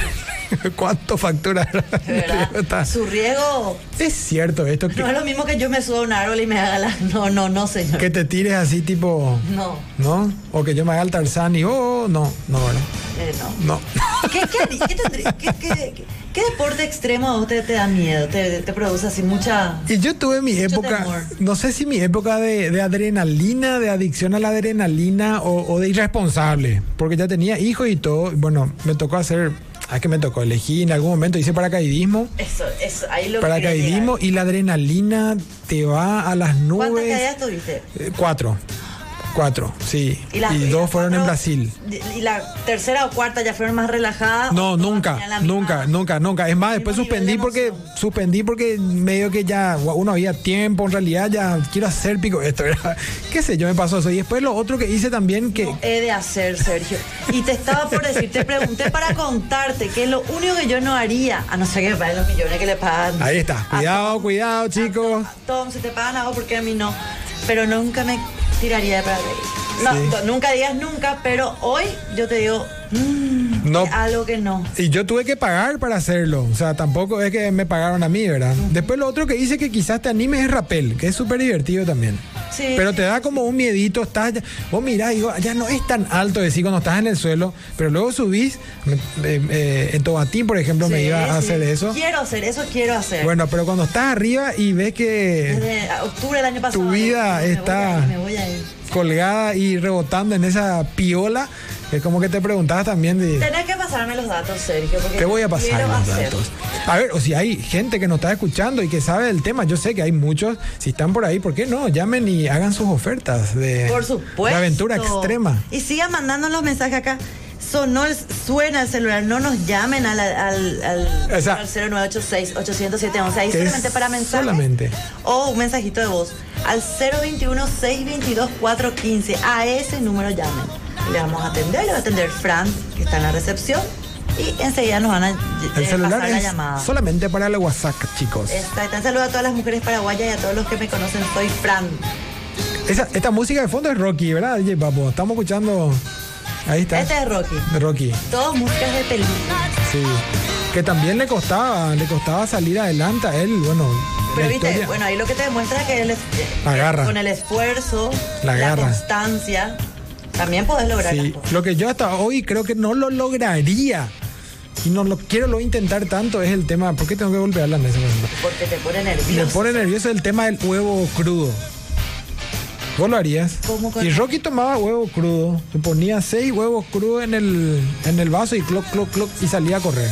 Speaker 1: ¿Cuánto factura?
Speaker 2: De verdad, su riesgo
Speaker 1: Es cierto esto que,
Speaker 2: no es lo mismo que yo me suba a un árbol y me haga la... No, no, no, señor.
Speaker 1: que te tires así tipo...
Speaker 2: No,
Speaker 1: ¿No? O que yo me haga el Tarzán y oh, no, no, ¿verdad?
Speaker 2: eh, no.
Speaker 1: no.
Speaker 2: ¿Qué, qué, qué tendrí- qué- qué- qué- qué deporte extremo a usted te da miedo? ¿Te, te produce así mucha.?
Speaker 1: Y yo tuve mi
Speaker 2: temor.
Speaker 1: época, no sé si mi época de, de adrenalina, de adicción a la adrenalina o, o de irresponsable, porque ya tenía hijos y todo, bueno, me tocó hacer es que me tocó elegir en algún momento hice paracaidismo
Speaker 2: Eso, eso, ahí lo que quería
Speaker 1: paracaidismo
Speaker 2: llegar.
Speaker 1: y la adrenalina te va a las nubes
Speaker 2: ¿Cuántas caídas tuviste?
Speaker 1: Eh, cuatro cuatro sí y,
Speaker 2: las-
Speaker 1: dos
Speaker 2: las
Speaker 1: fueron en
Speaker 2: cuatro-
Speaker 1: Brasil
Speaker 2: ¿Y la tercera o cuarta ya fueron más relajadas? ¿O
Speaker 1: no,
Speaker 2: todas
Speaker 1: nunca,
Speaker 2: tenían Ah, la misma-
Speaker 1: nunca, nunca, nunca. Es más, después
Speaker 2: mismo
Speaker 1: suspendí
Speaker 2: nivel de
Speaker 1: porque
Speaker 2: emoción.
Speaker 1: suspendí porque medio que ya gua- uno había tiempo, en realidad ya quiero hacer pico esto, ¿verdad? qué sé yo, me pasó eso. Y después lo otro que hice también que
Speaker 2: No he de hacer, Sergio. Y te estaba por decir, te pregunté para contarte que es lo único que yo no haría, a no ser que me paguen los millones que le pagan.
Speaker 1: Ahí está.
Speaker 2: A
Speaker 1: Cuidado, cuidado,
Speaker 2: Tom-
Speaker 1: chicos.
Speaker 2: a Tom, si te pagan algo, porque a mí no. Pero nunca me tiraría de paracaídas. No,
Speaker 1: Sí.
Speaker 2: no, nunca digas nunca, pero hoy yo te digo, mm,
Speaker 1: No.
Speaker 2: es algo que no.
Speaker 1: Y yo tuve que pagar para hacerlo. O sea, tampoco es que me pagaron a mí, ¿verdad? Después lo otro que hice que quizás te anime es rappel, que es súper divertido también.
Speaker 2: Sí.
Speaker 1: Pero te da como un miedito, estás ya- vos mirás y digo, "Ah, ya no es tan alto decir cuando estás en el suelo, pero luego subís, me- eh, eh, en Tobatín, por ejemplo, me
Speaker 2: Sí,
Speaker 1: iba a
Speaker 2: sí.
Speaker 1: hacer eso.
Speaker 2: Quiero hacer eso, quiero hacer.
Speaker 1: Bueno, pero cuando estás arriba y ves que
Speaker 2: Desde octubre del año pasado.
Speaker 1: Eh,
Speaker 2: ¿eh?
Speaker 1: tu vida
Speaker 2: me voy
Speaker 1: está-
Speaker 2: a ir, me voy a ir.
Speaker 1: colgada y rebotando en esa piola, es como que te preguntabas también de...
Speaker 2: Tenés que pasarme los datos, Sergio. Porque
Speaker 1: Te voy a
Speaker 2: yo
Speaker 1: pasar
Speaker 2: quiero
Speaker 1: los
Speaker 2: hacer.
Speaker 1: datos. A ver, o si hay gente que nos está escuchando y que sabe del tema, yo sé que hay muchos, si están por ahí, ¿por qué no? Llamen y hagan sus ofertas de,
Speaker 2: Por supuesto.
Speaker 1: de aventura extrema.
Speaker 2: Y sigan mandando los mensajes acá. Sonó el- suena el celular, no nos llamen al, al, al,
Speaker 1: Esa-
Speaker 2: al 0986-807-11. Ahí
Speaker 1: Que es
Speaker 2: solamente para mensajes.
Speaker 1: solamente.
Speaker 2: O un mensajito de voz al 021-622-415. A ese número llamen. Le vamos a atender, le va a atender Fran, que está en la recepción. Y enseguida nos van a eh,
Speaker 1: El celular
Speaker 2: pasar la
Speaker 1: es
Speaker 2: llamada.
Speaker 1: solamente para el WhatsApp, chicos.
Speaker 2: Exacto. Un saludo a todas las mujeres paraguayas y a todos los que me conocen. Soy Fran.
Speaker 1: Esa- esta música de fondo es Rocky, ¿verdad, DJ Papo? Estamos escuchando... Ahí está.
Speaker 2: Este es Rocky.
Speaker 1: Rocky,
Speaker 2: Todos músicas de película.
Speaker 1: sí. Que también le costaba, le costaba salir adelante a él, bueno...
Speaker 2: Pero
Speaker 1: la
Speaker 2: viste,
Speaker 1: historia-
Speaker 2: bueno, ahí lo que te demuestra es que él es- eh,
Speaker 1: La garra.
Speaker 2: con el esfuerzo,
Speaker 1: La
Speaker 2: la,
Speaker 1: garra.
Speaker 2: constancia, también podés lograr las
Speaker 1: Sí,
Speaker 2: cosas.
Speaker 1: lo que yo hasta hoy creo que no lo lograría y no lo quiero lo intentar tanto es el tema, ¿por qué tengo que golpear la mesa? por ejemplo?
Speaker 2: Porque te pone
Speaker 1: Me
Speaker 2: nervioso.
Speaker 1: pone nervioso el tema del huevo crudo. ¿Vos lo harías?
Speaker 2: ¿Cómo con-
Speaker 1: Y Rocky tomaba huevo crudo, se ponía seis huevos crudos en el, en el vaso y cloc, cloc, cloc y salía a correr.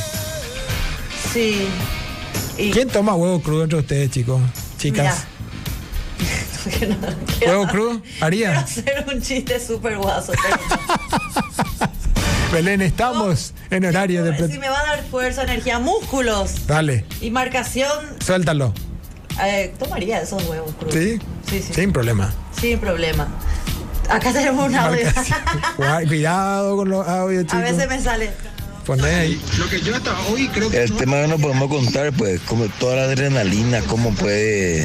Speaker 2: Sí. Y
Speaker 1: ¿Quién toma huevo crudo entre ustedes, chicos? Chicas.
Speaker 2: mira, no quiero-
Speaker 1: ¿Huevo crudo?
Speaker 2: Quiero
Speaker 1: ¿Haría?
Speaker 2: hacer un chiste súper guaso. pero no.
Speaker 1: Belén, estamos en horario de...
Speaker 2: Si
Speaker 1: pre-
Speaker 2: me va a dar fuerza, energía, músculos
Speaker 1: Dale,
Speaker 2: y marcación,
Speaker 1: suéltalo.
Speaker 2: eh, tomaría esos huevos crudos.
Speaker 1: ¿Sí?
Speaker 2: Sí, sí.
Speaker 1: Sin problema.
Speaker 2: Sin problema. Acá tenemos un audio.
Speaker 1: Marcas. Guay, Cuidado con los audios,
Speaker 2: A
Speaker 1: chicos.
Speaker 2: veces me sale.
Speaker 1: Poné ahí.
Speaker 5: El tema que no podemos contar, pues, como toda la adrenalina, cómo puede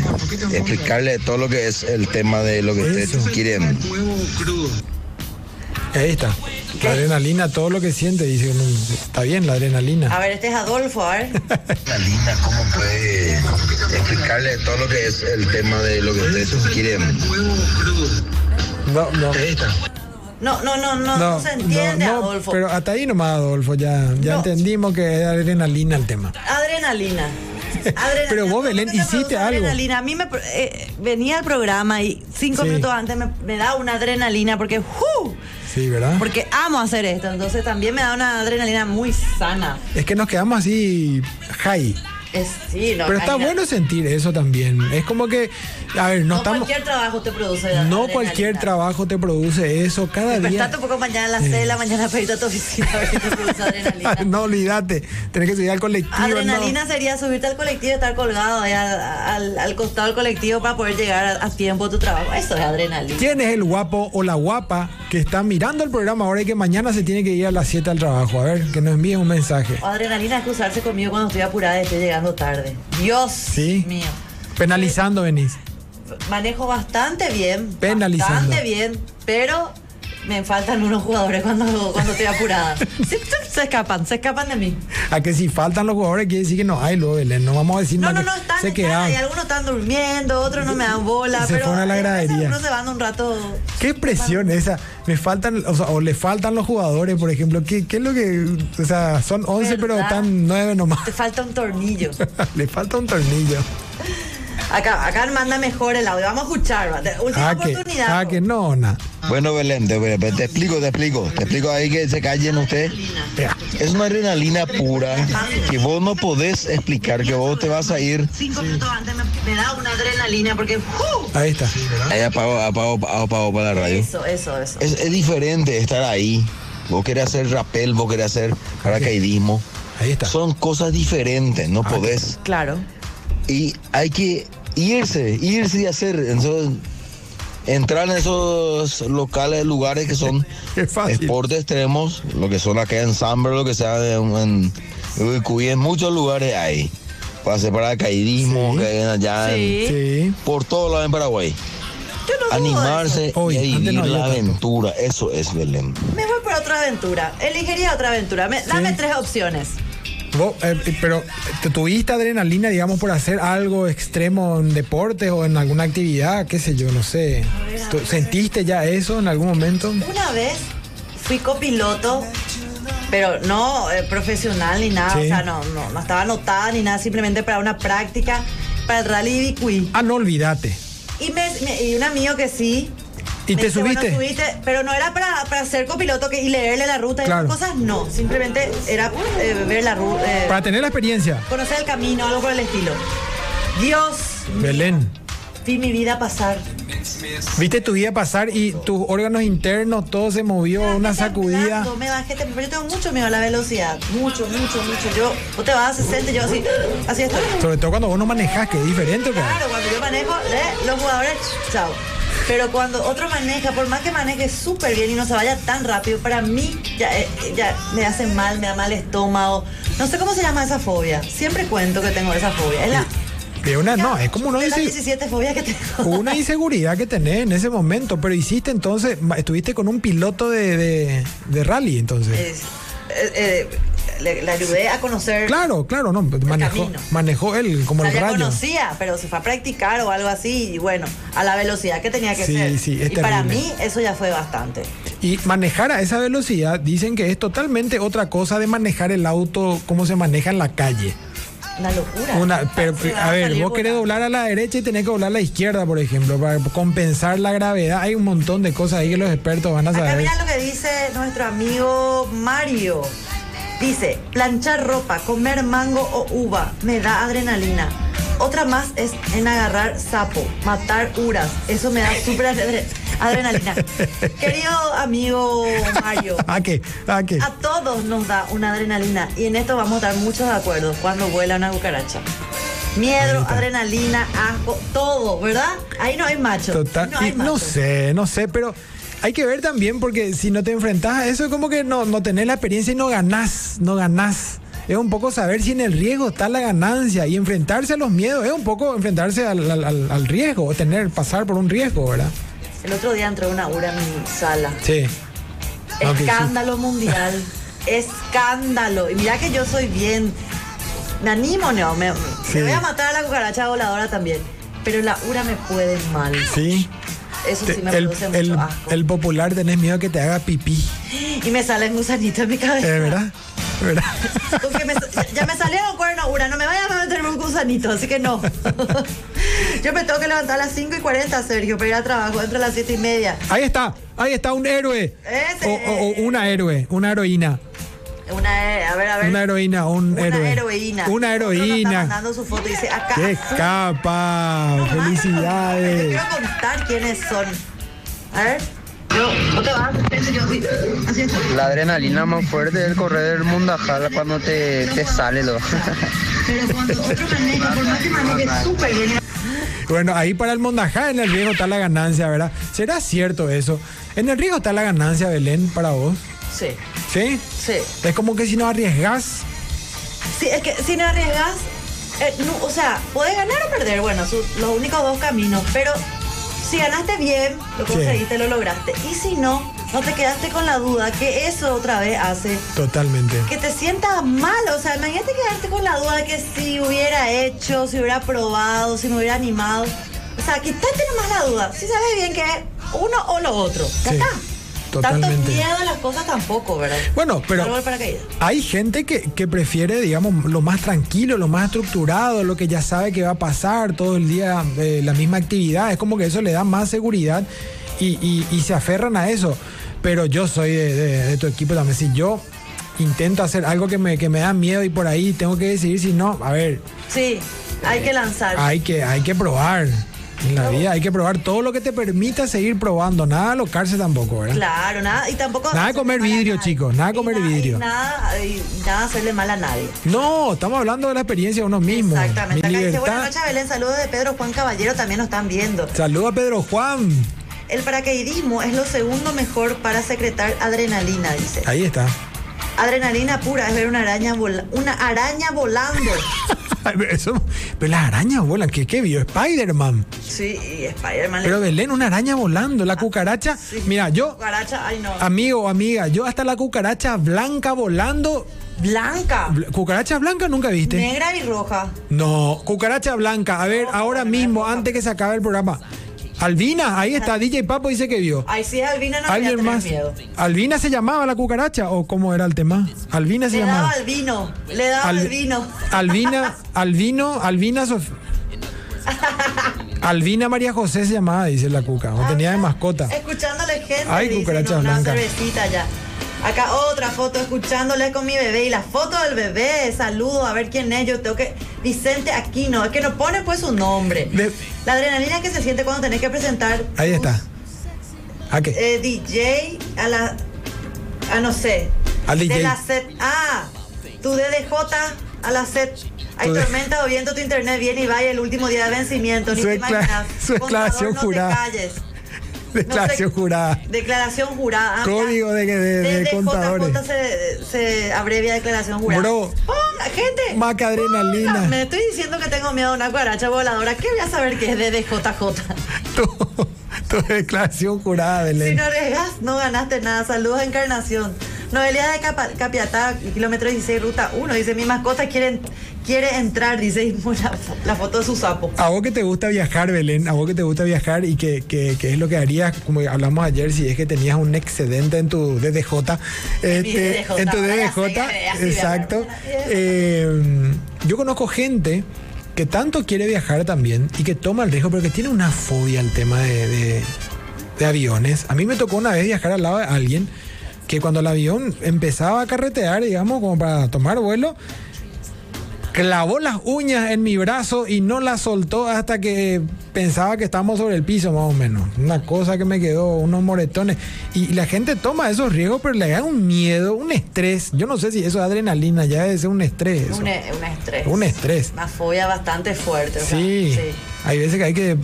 Speaker 5: explicarle todo lo que es el tema de lo que
Speaker 1: Eso.
Speaker 5: ustedes quieren.
Speaker 1: Ahí está. La adrenalina, todo lo que siente, dice, mm, está bien la
Speaker 2: A
Speaker 1: adrenalina.
Speaker 2: ver, este es Adolfo, a ver.
Speaker 5: Adrenalina, cómo puede explicarle todo lo que es el tema de lo que ustedes quieren.
Speaker 1: No, no.
Speaker 2: No, no, no, no, no, se entiende,
Speaker 1: no, no,
Speaker 2: Adolfo.
Speaker 1: pero hasta ahí nomás, Adolfo, ya, ya
Speaker 2: No.
Speaker 1: entendimos que es adrenalina el tema.
Speaker 2: Adrenalina. Adrenalina.
Speaker 1: Pero vos,
Speaker 2: Todo lo
Speaker 1: Belén,
Speaker 2: que te
Speaker 1: hiciste
Speaker 2: produce
Speaker 1: algo.
Speaker 2: Adrenalina. A mí me pro- eh, venía al programa y cinco
Speaker 1: Sí.
Speaker 2: minutos antes me, me da una adrenalina porque ¡ju!
Speaker 1: Sí, ¿verdad?
Speaker 2: porque amo hacer esto. Entonces también me da una adrenalina muy sana.
Speaker 1: Es que nos quedamos así high.
Speaker 2: Es, sí, no,
Speaker 1: Pero está
Speaker 2: imagínate.
Speaker 1: bueno sentir eso también. Es como que, a ver, no,
Speaker 2: No
Speaker 1: estamos.
Speaker 2: cualquier trabajo te produce.
Speaker 1: no
Speaker 2: adrenalina.
Speaker 1: cualquier trabajo te produce eso cada día.
Speaker 2: Despertate un poco mañana a las 6 de la mañana para irte a tu oficina a ver si te produce adrenalina.
Speaker 1: no olvídate, tenés que subir al colectivo. no.
Speaker 2: Adrenalina sería subirte al colectivo y estar colgado ahí al, al- al costado del colectivo para poder llegar a, a tiempo a tu trabajo. Eso es adrenalina.
Speaker 1: ¿Quién es el guapo o la guapa que está mirando el programa ahora y que mañana se tiene que ir a las 7 al trabajo? A ver, que nos envíes un mensaje.
Speaker 2: O adrenalina es cruzarse conmigo cuando estoy apurada y estoy llegando tarde. Dios
Speaker 1: Sí.
Speaker 2: mío.
Speaker 1: Penalizando, venís.
Speaker 2: Manejo bastante bien.
Speaker 1: Penalizando.
Speaker 2: Bastante bien, pero me faltan unos jugadores cuando, cuando estoy apurada. Sí, se escapan, se escapan de mí.
Speaker 1: A que si faltan los jugadores quiere decir que no hay, luego Belén. No vamos a decir
Speaker 2: No,
Speaker 1: más
Speaker 2: no,
Speaker 1: que
Speaker 2: no, están,
Speaker 1: se
Speaker 2: están,
Speaker 1: quedaron.
Speaker 2: y algunos están durmiendo, otros no me dan bola,
Speaker 1: Se
Speaker 2: pero
Speaker 1: fueron a la
Speaker 2: a veces
Speaker 1: gradería.
Speaker 2: algunos se van un rato.
Speaker 1: Qué presión esa. Me faltan, o sea, o le faltan los jugadores, por ejemplo. ¿Qué, qué es lo que, o sea, son 11 pero
Speaker 2: ¿Verdad?
Speaker 1: están 9 nomás?
Speaker 2: Te falta un tornillo.
Speaker 1: le falta un tornillo.
Speaker 2: Acá, acá manda mejor el audio. Vamos a escuchar. va. De- Última
Speaker 1: Ah, que,
Speaker 2: oportunidad.
Speaker 1: ah, que no, na.
Speaker 5: Bueno, Belén, te, te explico, te explico. Te explico ahí que se callen ustedes.
Speaker 1: Vea.
Speaker 5: Es una adrenalina pura que vos no podés explicar, que vos te vas a ir.
Speaker 2: Cinco minutos antes me, me da una adrenalina porque. ¡uh!
Speaker 1: Ahí está.
Speaker 5: Ahí apago, apago, apago, apago para la radio.
Speaker 2: Eso, eso, eso.
Speaker 5: Es, es diferente estar ahí. Vos querés hacer rappel, vos querés hacer paracaidismo.
Speaker 1: Ahí está. Ah,
Speaker 5: Son cosas diferentes, no podés.
Speaker 2: Claro.
Speaker 5: Y hay que irse, irse y hacer. Entonces, entrar en esos locales, lugares que son
Speaker 1: Qué fácil.
Speaker 5: deportes extremos, lo que son acá en Samber, lo que sea en, en Ubicuy, en muchos lugares hay. Para hacer paracaidismo,
Speaker 1: Sí.
Speaker 5: que hay allá en-
Speaker 2: Sí.
Speaker 1: Sí.
Speaker 5: por todos lados en Paraguay.
Speaker 2: Yo no dudo de eso.
Speaker 5: Animarse
Speaker 1: Hoy,
Speaker 5: y a
Speaker 1: antes
Speaker 5: vivir
Speaker 1: no había
Speaker 5: la
Speaker 1: tanto.
Speaker 5: aventura, eso es Belén.
Speaker 2: Me voy por otra aventura. Elegiría otra aventura. Me- Dame tres opciones.
Speaker 1: Vos, eh, eh, pero, ¿te ¿tuviste adrenalina, digamos, por hacer algo extremo en deportes o en alguna actividad? ¿Qué sé yo? No sé. ¿Tú- ¿Sentiste ya eso en algún momento?
Speaker 2: Una vez fui copiloto, pero no eh, profesional ni nada,
Speaker 1: Sí.
Speaker 2: o sea, no, no, no estaba anotada ni nada, simplemente para una práctica para el rally Ibicuí.
Speaker 1: Ah, no, olvídate.
Speaker 2: Y, me, me- y un amigo que sí.
Speaker 1: ¿Y
Speaker 2: me
Speaker 1: te
Speaker 2: dice, bueno,
Speaker 1: subiste?
Speaker 2: subite, pero no era para, para ser copiloto que, y leerle la ruta
Speaker 1: Claro.
Speaker 2: y esas cosas, no. Simplemente era eh, ver la ruta,
Speaker 1: Para tener la experiencia.
Speaker 2: conocer el camino, algo por el estilo. Dios,
Speaker 1: Belén,
Speaker 2: vi mi vida pasar.
Speaker 1: viste tu vida pasar y tus órganos internos, todo se movió, una sacudida.
Speaker 2: Me bajé, temblando, pero yo tengo mucho miedo a la velocidad. Mucho, mucho, mucho. Yo, vos te vas a 60, yo así, así estoy.
Speaker 1: Sobre todo cuando vos no manejás, que es diferente,
Speaker 2: Claro,
Speaker 1: cara.
Speaker 2: cuando yo manejo, eh, los jugadores, chao. Pero cuando otro maneja, por más que maneje súper bien y no se vaya tan rápido, para mí ya, eh, ya me hace mal, me da mal estómago. No sé cómo se llama esa fobia. Siempre cuento que tengo esa fobia. Es la,
Speaker 1: De una, no, es como uno
Speaker 2: de las
Speaker 1: dice.
Speaker 2: 17 fobias que tengo.
Speaker 1: Una inseguridad que tenés en ese momento, pero hiciste entonces, ma- estuviste con un piloto de, de- de rally entonces.
Speaker 2: Es- eh, eh, le, le ayudé a conocer.
Speaker 1: Claro, claro, no, manejó,
Speaker 2: camino.
Speaker 1: manejó él como
Speaker 2: O
Speaker 1: el
Speaker 2: sea, ya
Speaker 1: rayo.
Speaker 2: conocía, pero se fue a practicar o algo así, y bueno, a la velocidad que tenía que
Speaker 1: Sí,
Speaker 2: ser.
Speaker 1: sí, es
Speaker 2: y para
Speaker 1: terrible.
Speaker 2: mí eso ya fue bastante.
Speaker 1: Y manejar a esa velocidad dicen que es totalmente otra cosa de manejar el auto como se maneja en la calle.
Speaker 2: Una locura.
Speaker 1: Una, pero,
Speaker 2: Se va
Speaker 1: a ver,
Speaker 2: salir
Speaker 1: vos querés
Speaker 2: volando.
Speaker 1: doblar a la derecha y tenés que doblar a la izquierda, por ejemplo, para compensar la gravedad. Hay un montón de cosas ahí que los expertos van a
Speaker 2: Acá
Speaker 1: saber.
Speaker 2: mirá lo que dice nuestro amigo Mario. Dice, planchar ropa, comer mango o uva, me da adrenalina. Otra más es en agarrar sapo, matar uras. Eso me da súper adre- adrenalina. Querido amigo Mario,
Speaker 1: ¿A qué? ¿A qué?
Speaker 2: A todos nos da una adrenalina y en esto vamos a estar muchos de acuerdo cuando vuela una cucaracha.
Speaker 1: Ahí
Speaker 2: Miedo,
Speaker 1: está.
Speaker 2: adrenalina, asco, todo, ¿verdad? Ahí no hay macho.
Speaker 1: Total.
Speaker 2: Ahí No, hay
Speaker 1: y No,
Speaker 2: macho.
Speaker 1: sé, no sé, pero hay que ver también porque si no te enfrentás a eso, es como que no, no tenés la experiencia y no ganás, no ganás. Es un poco saber si en el riesgo está la ganancia y enfrentarse a los miedos es un poco enfrentarse al, al- al- al riesgo, o tener, pasar por un riesgo, ¿verdad?
Speaker 2: El otro día entró una hora en mi sala.
Speaker 1: Sí. No, que sí.
Speaker 2: Escándalo mundial. Escándalo. Y mira que yo soy bien. Me animo, no. Me, me
Speaker 1: Sí.
Speaker 2: voy a matar a la cucaracha voladora también. Pero la ura me puede mal.
Speaker 1: Sí.
Speaker 2: Eso sí me
Speaker 1: el,
Speaker 2: produce mucho
Speaker 1: el-
Speaker 2: asco.
Speaker 1: el popular tenés miedo que te haga pipí.
Speaker 2: Y me sale un gusanito en mi cabeza.
Speaker 1: Eh, ¿Verdad? ¿Verdad?
Speaker 2: Con que me- ya- ya me salieron cuernos, una, no me vayas a meter un gusanito, así que no. Yo me tengo que levantar a las 5 y 40, Sergio, para ir al trabajo entre las 7 y media.
Speaker 1: Ahí está, ahí está un héroe.
Speaker 2: Ese.
Speaker 1: O, o- o una héroe, una heroína.
Speaker 2: Una, eh, a ver, a ver.
Speaker 1: Una heroína, un
Speaker 2: Una
Speaker 1: héroe.
Speaker 2: heroína.
Speaker 1: Una
Speaker 2: Otro nos Está
Speaker 1: heroína.
Speaker 2: mandando su foto y dice, acá.
Speaker 1: ¡Qué
Speaker 2: azul".
Speaker 1: capa!
Speaker 2: No, Yo
Speaker 1: ¡Felicidades!
Speaker 2: quiero contar quiénes son. A ver. No, no te vas. Así es.
Speaker 6: La adrenalina más fuerte del correr del Mundajala cuando te, te sale lo.
Speaker 2: Pero cuando otro maneja, por más que maneje súper bien.
Speaker 1: Bueno, ahí para el Mondajá en el riesgo está la ganancia, ¿verdad? ¿Será cierto eso? En el riesgo está la ganancia, Belén, para vos.
Speaker 2: Sí,
Speaker 1: ¿Sí?
Speaker 2: sí.
Speaker 1: Es como que si no arriesgas,
Speaker 2: Sí, es que si no arriesgas, eh, no, o sea, puedes ganar o perder, bueno, son los únicos dos caminos, pero si ganaste bien, lo
Speaker 1: Sí.
Speaker 2: conseguiste, lo lograste. Y si no, no te quedaste con la duda que eso otra vez hace
Speaker 1: totalmente.
Speaker 2: que te sientas mal, o sea, imagínate quedarte con la duda de que si hubiera hecho, si hubiera probado, si me hubiera animado. O sea, quítate nomás la duda, si sabes bien que es uno o lo otro. Ya
Speaker 1: Sí.
Speaker 2: está.
Speaker 1: Totalmente.
Speaker 2: Tanto miedo a las cosas tampoco, ¿verdad?
Speaker 1: Bueno, pero
Speaker 2: Salvo el paracaídas.
Speaker 1: hay gente que, que prefiere, digamos, lo más tranquilo, lo más estructurado, lo que ya sabe que va a pasar todo el día, eh, la misma actividad. Es como que eso le da más seguridad y, y- y se aferran a eso. Pero yo soy de, de- de tu equipo también. Si yo intento hacer algo que me, que me da miedo y por ahí tengo que decidir si no, a ver,
Speaker 2: Sí, hay que lanzar.
Speaker 1: hay que, hay que probar. En la vida hay que probar todo lo que te permita seguir probando. Nada alocarse tampoco, ¿verdad?
Speaker 2: Claro, nada. Y tampoco.
Speaker 1: ¿Eh? Nada de
Speaker 2: hacerle
Speaker 1: comer
Speaker 2: mal a
Speaker 1: vidrio,
Speaker 2: nadie.
Speaker 1: chicos, nada de
Speaker 2: Y
Speaker 1: comer
Speaker 2: nada- y
Speaker 1: vidrio.
Speaker 2: nada, y nada hacerle mal a nadie.
Speaker 1: No, estamos hablando de la experiencia de uno mismo.
Speaker 2: Exactamente.
Speaker 1: Mi
Speaker 2: Acá dice, buenas
Speaker 1: libertad.
Speaker 2: noches, Belén. Saludos de Pedro Juan Caballero, también nos están viendo.
Speaker 1: Saludo a Pedro Juan.
Speaker 2: El paracaidismo es lo segundo mejor para secretar adrenalina, dice.
Speaker 1: Ahí está.
Speaker 2: Adrenalina pura es ver una araña, vola- una araña volando.
Speaker 1: Eso- pero las arañas vuelan. ¿Qué, qué vio? Spider-Man.
Speaker 2: Sí, y Spider-Man. le-
Speaker 1: Pero Belén, una araña volando. La cucaracha.
Speaker 2: sí.
Speaker 1: Mira, yo,
Speaker 2: Cucaracha, ay no.
Speaker 1: amigo o amiga, yo hasta la cucaracha blanca volando.
Speaker 2: Blanca,
Speaker 1: bl- ¿Cucaracha blanca nunca viste?
Speaker 2: negra y roja.
Speaker 1: No, cucaracha blanca. A ver, ahora mismo, antes que se acabe el programa. Albina, ahí está. DJ Papo dice que vio.
Speaker 2: Ay, sí, Albina Ah. no voy a
Speaker 1: ¿Alguien
Speaker 2: tener
Speaker 1: más?
Speaker 2: miedo.
Speaker 1: ¿Albina se llamaba la cucaracha o cómo era el tema? Albina se
Speaker 2: Le
Speaker 1: llamaba.
Speaker 2: daba al vino, le daba al,
Speaker 1: Al-
Speaker 2: vino.
Speaker 1: Albina, Albino, Albina Sof- Albina María José se llamaba, dice la cuca. O tenía de mascota.
Speaker 2: Ah, Escuchándole gente.
Speaker 1: Ay,
Speaker 2: dice,
Speaker 1: cucarachas
Speaker 2: no, una
Speaker 1: blancas.
Speaker 2: cervecita ya. Acá otra foto escuchándole con mi bebé y la foto del bebé. Saludo a ver quién es. Yo tengo que. Vicente Aquino. Es que no pone pues su nombre.
Speaker 1: De-
Speaker 2: La adrenalina que se siente cuando tenés que presentar.
Speaker 1: Ahí
Speaker 2: tus,
Speaker 1: está. Ah, ¿A qué?
Speaker 2: eh, DJ a la. A no sé.
Speaker 1: Al
Speaker 2: De
Speaker 1: DJ.
Speaker 2: la set. Ah, tu DDJ a la set. Hay
Speaker 1: Tu D-
Speaker 2: tormenta o viento, tu internet viene y va y el último día de vencimiento. Ni
Speaker 1: Su
Speaker 2: te
Speaker 1: decla-
Speaker 2: imaginas.
Speaker 1: su
Speaker 2: Contador,
Speaker 1: declaración
Speaker 2: no te
Speaker 1: jurada.
Speaker 2: calles.
Speaker 1: Declaración
Speaker 2: sé.
Speaker 1: jurada.
Speaker 2: Declaración jurada. Ah, mira.
Speaker 1: Código de- de- de
Speaker 2: DDJJ
Speaker 1: contadores.
Speaker 2: se, se abrevia declaración jurada.
Speaker 1: Bro.
Speaker 2: Ponga, gente.
Speaker 1: Macadrenalina.
Speaker 2: ponga, Me estoy diciendo que tengo miedo a una cuaracha voladora. ¿Qué voy a saber que es DDJJ?
Speaker 1: Tu, tu declaración jurada,
Speaker 2: Si
Speaker 1: Belén.
Speaker 2: no arriesgas, no ganaste nada. Saludos a Encarnación. Noelia de Capa- Capiatá, kilómetro 16, ruta 1. Dice, mi mascota quiere, quiere entrar. Dice, y pone la, fo- la foto de su sapo.
Speaker 1: A vos que te gusta viajar, Belén, a vos que te gusta viajar y que, que- que es lo que harías, como hablamos ayer, si es que tenías un excedente en tu DDJ. este,
Speaker 2: DDJ,
Speaker 1: en tu
Speaker 2: ahora
Speaker 1: DDJ.
Speaker 2: sí, así voy a
Speaker 1: exacto.
Speaker 2: hablar.
Speaker 1: Eh, yo conozco gente que tanto quiere viajar también y que toma el riesgo, pero que tiene una fobia al tema de, de- de aviones. A mí me tocó una vez viajar al lado de alguien que cuando el avión empezaba a carretear, digamos, como para tomar vuelo, clavó las uñas en mi brazo y no las soltó hasta que pensaba que estábamos sobre el piso, más o menos. Una cosa que me quedó, unos moretones. Y la gente toma esos riesgos, pero le da un miedo, un estrés. Yo no sé si eso es adrenalina, ya debe ser un estrés. eso.
Speaker 2: Un, e- un estrés.
Speaker 1: Un estrés.
Speaker 2: Una fobia bastante fuerte. o sea,
Speaker 1: sí. Hay veces que hay que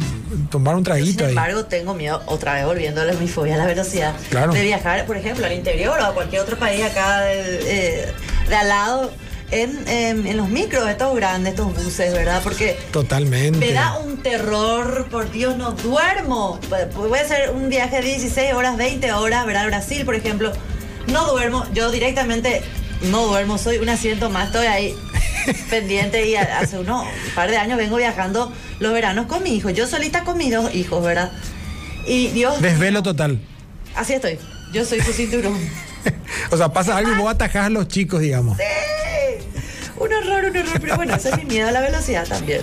Speaker 1: tomar un
Speaker 2: Yo, Sin
Speaker 1: traguito ahí.
Speaker 2: embargo, tengo miedo, otra vez volviéndole a mi fobia a la velocidad,
Speaker 1: Claro.
Speaker 2: de viajar, por ejemplo, al interior o a cualquier otro país acá de, eh, de al lado, en, en- en los micros, estos grandes, estos buses, ¿verdad? Porque
Speaker 1: Totalmente.
Speaker 2: me da un terror, por Dios, no duermo. Voy a hacer un viaje de 16 horas, 20 horas, ¿verdad? Brasil, por ejemplo. No duermo, yo directamente no duermo, soy un asiento más, estoy ahí pendiente y a- hace unos par de años vengo viajando los veranos con mi hijo, yo solita con mis dos hijos, ¿verdad? Y Dios,
Speaker 1: Desvelo total.
Speaker 2: así estoy, yo soy su cinturón.
Speaker 1: O sea, pasa algo y vos atajás a los chicos, digamos.
Speaker 2: ¡Eh! Un horror, un horror, pero bueno, ese es mi miedo a la velocidad también.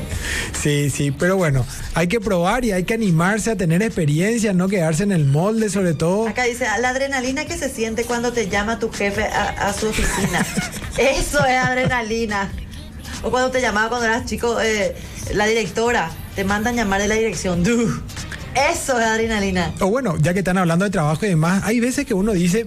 Speaker 1: Sí, sí, pero bueno, hay que probar y hay que animarse a tener experiencia, no quedarse en el molde, sobre todo.
Speaker 2: Acá dice, la adrenalina que se siente cuando te llama tu jefe a, a su oficina. Eso es adrenalina. O cuando te llamaba cuando eras chico, eh, la directora, te mandan llamar de la dirección. Du. Eso es adrenalina.
Speaker 1: O bueno, ya que están hablando de trabajo y demás, hay veces que uno dice,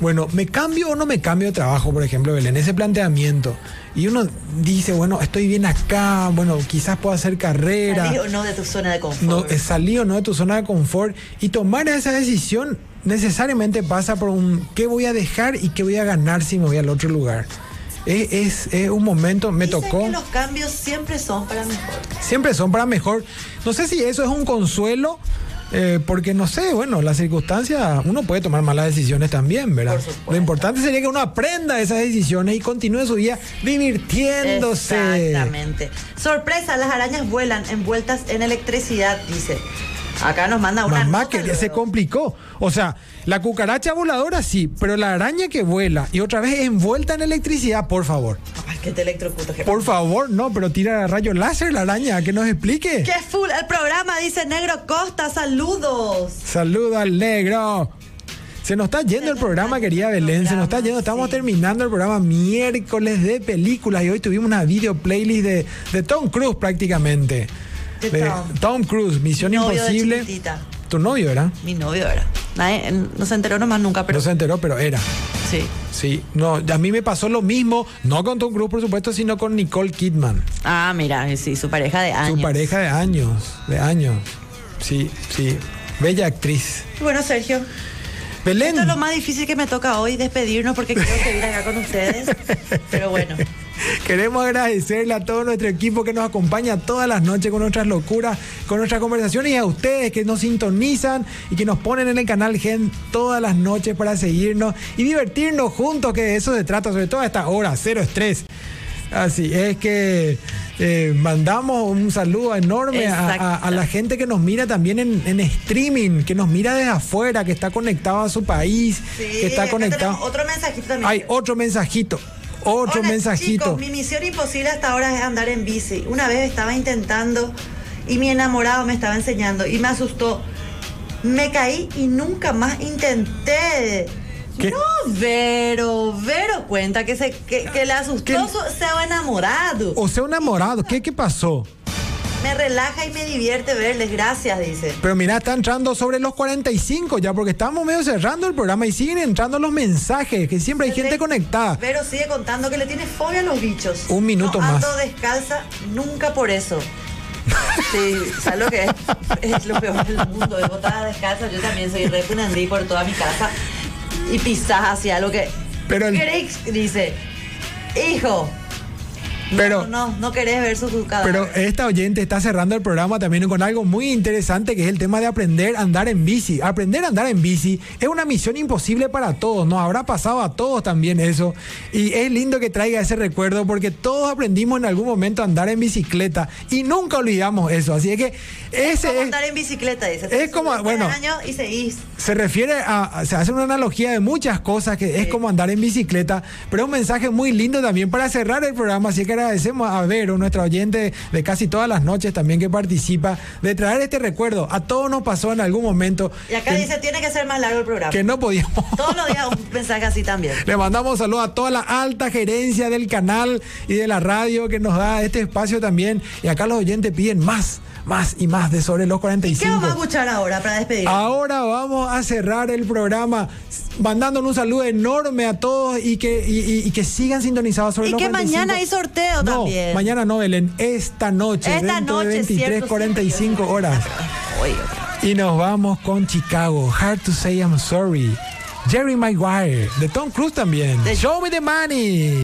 Speaker 1: bueno, ¿me cambio o no me cambio de trabajo? Por ejemplo, Belén, ese planteamiento. Y uno dice, bueno, estoy bien acá, bueno, quizás puedo hacer carrera.
Speaker 2: Salí o no de tu zona de confort.
Speaker 1: No, eh, salí o no de tu zona de confort. Y tomar esa decisión necesariamente pasa por un qué voy a dejar y qué voy a ganar si me voy al otro lugar. Es, es- es un momento, me
Speaker 2: Dicen
Speaker 1: tocó.
Speaker 2: que los cambios siempre son para mejor.
Speaker 1: Siempre son para mejor. No sé si eso es un consuelo, eh, porque no sé, bueno, las circunstancias, uno puede tomar malas decisiones también, ¿verdad?
Speaker 2: Por supuesto.
Speaker 1: Lo importante sería que uno aprenda esas decisiones y continúe su vida divirtiéndose.
Speaker 2: Exactamente. Sorpresa, las arañas vuelan envueltas en electricidad, dice. Acá nos manda una.
Speaker 1: Mamá
Speaker 2: nota
Speaker 1: que se
Speaker 2: luego.
Speaker 1: complicó. O sea, la cucaracha voladora sí, pero la araña que vuela y otra vez envuelta en electricidad, por favor.
Speaker 2: Ay, que te electrocuto, jefe.
Speaker 1: Por favor, no, pero tira rayo láser la araña, que nos explique.
Speaker 2: ¡Qué full el programa! Dice Negro Costa, saludos.
Speaker 1: Saluda al negro. Se nos está yendo el programa, querida Belén. Se nos está yendo. Estamos terminando el programa miércoles de películas y hoy tuvimos una video playlist de, de Tom Cruise prácticamente.
Speaker 2: De Tom.
Speaker 1: Tom Cruise, Misión
Speaker 2: Mi novio de
Speaker 1: Imposible.
Speaker 2: chiquitita.
Speaker 1: Tu novio era.
Speaker 2: Mi novio era. Nadie- no se enteró nomás nunca, pero
Speaker 1: No se enteró, pero era.
Speaker 2: sí.
Speaker 1: Sí, no, a mí me pasó lo mismo, no con Tom Cruise, por supuesto, sino con Nicole Kidman,
Speaker 2: Ah, mira, sí, su pareja de años.
Speaker 1: su pareja de años, de años. Sí, sí, bella actriz.
Speaker 2: Bueno, Sergio,
Speaker 1: Belén.
Speaker 2: esto es lo más difícil que me toca hoy, despedirnos porque quiero seguir acá con ustedes. Pero bueno,
Speaker 1: Queremos agradecerle a todo nuestro equipo que nos acompaña todas las noches con nuestras locuras, con nuestras conversaciones y a ustedes que nos sintonizan y que nos ponen en el canal Gen todas las noches para seguirnos y divertirnos juntos, que de eso se trata, sobre todo a esta hora, cero estrés. Así es que eh, mandamos un saludo enorme a, a- a la gente que nos mira también en, en streaming, que nos mira desde afuera, que está conectado a su país,
Speaker 2: sí,
Speaker 1: que está
Speaker 2: acá tenemos
Speaker 1: conectado.
Speaker 2: Otro mensajito también.
Speaker 1: Hay otro mensajito, otro
Speaker 2: Hola,
Speaker 1: mensajito.
Speaker 2: Chicos, mi misión imposible hasta ahora es andar en bici. Una vez estaba intentando y mi enamorado me estaba enseñando y me asustó. Me caí y nunca más intenté.
Speaker 1: ¿Qué?
Speaker 2: No, Vero, Vero cuenta que se que, que le asustó
Speaker 1: ¿Qué? Oh.
Speaker 2: su- se ha enamorado.
Speaker 1: O sea, un enamorado, ¿qué, qué pasó?
Speaker 2: Me relaja y me divierte verles, gracias, dice.
Speaker 1: Pero mira, está entrando sobre los 45 ya, porque estamos medio cerrando el programa y siguen entrando los mensajes, que siempre hay gente conectada.
Speaker 2: Vero sigue contando que le tiene fobia a los bichos.
Speaker 1: Un minuto
Speaker 2: no
Speaker 1: más.
Speaker 2: Ando descalza nunca por eso. Sí, ¿sabes lo que es? Es lo peor del mundo. Es botada descalza. Yo también soy repunandí por toda mi casa. Y pisás hacia lo que.
Speaker 1: Pero el-
Speaker 2: Greg dice: Hijo. no,
Speaker 1: Pero-
Speaker 2: No, no, no querés ver su su cadáver".
Speaker 1: Pero esta oyente está cerrando el programa también con algo muy interesante que es el tema de aprender a andar en bici. Aprender a andar en bici es una misión imposible para todos, nos habrá pasado a todos también eso. Y es lindo que traiga ese recuerdo porque todos aprendimos en algún momento a andar en bicicleta y nunca olvidamos eso. Así es que ese
Speaker 2: Como
Speaker 1: es...
Speaker 2: andar en bicicleta, dice.
Speaker 1: es como-
Speaker 2: Subiste
Speaker 1: bueno.
Speaker 2: años y seguís.
Speaker 1: se refiere a, se hace una analogía de muchas cosas que es como andar en bicicleta, pero es un mensaje muy lindo también para cerrar el programa, así que agradecemos a Vero, nuestra oyente de casi todas las noches también que participa, de traer este recuerdo. A todos nos pasó en algún momento
Speaker 2: Y acá
Speaker 1: que,
Speaker 2: dice: Tiene que ser más largo el programa.
Speaker 1: que no podíamos...
Speaker 2: Todos los días un mensaje así también.
Speaker 1: Le mandamos saludos a toda la alta gerencia del canal y de la radio que nos da este espacio también. Y acá los oyentes piden más, más y más de sobre los 45.
Speaker 2: ¿Qué vamos a escuchar ahora para despedir?
Speaker 1: Ahora vamos a cerrar el programa mandándole un saludo enorme a todos y que, y, y- y que sigan sintonizados sobre
Speaker 2: Y
Speaker 1: los
Speaker 2: que
Speaker 1: 45.
Speaker 2: mañana hay sorteo
Speaker 1: No,
Speaker 2: también.
Speaker 1: mañana no, Belén. Esta noche,
Speaker 2: Esta
Speaker 1: dentro
Speaker 2: noche,
Speaker 1: de 23,
Speaker 2: cierto,
Speaker 1: 45
Speaker 2: sí,
Speaker 1: horas.
Speaker 2: Oye,
Speaker 1: Y nos vamos con Chicago. Hard to say I'm sorry. Jerry Maguire. De Tom Cruise también.
Speaker 2: De-
Speaker 1: Show me the money.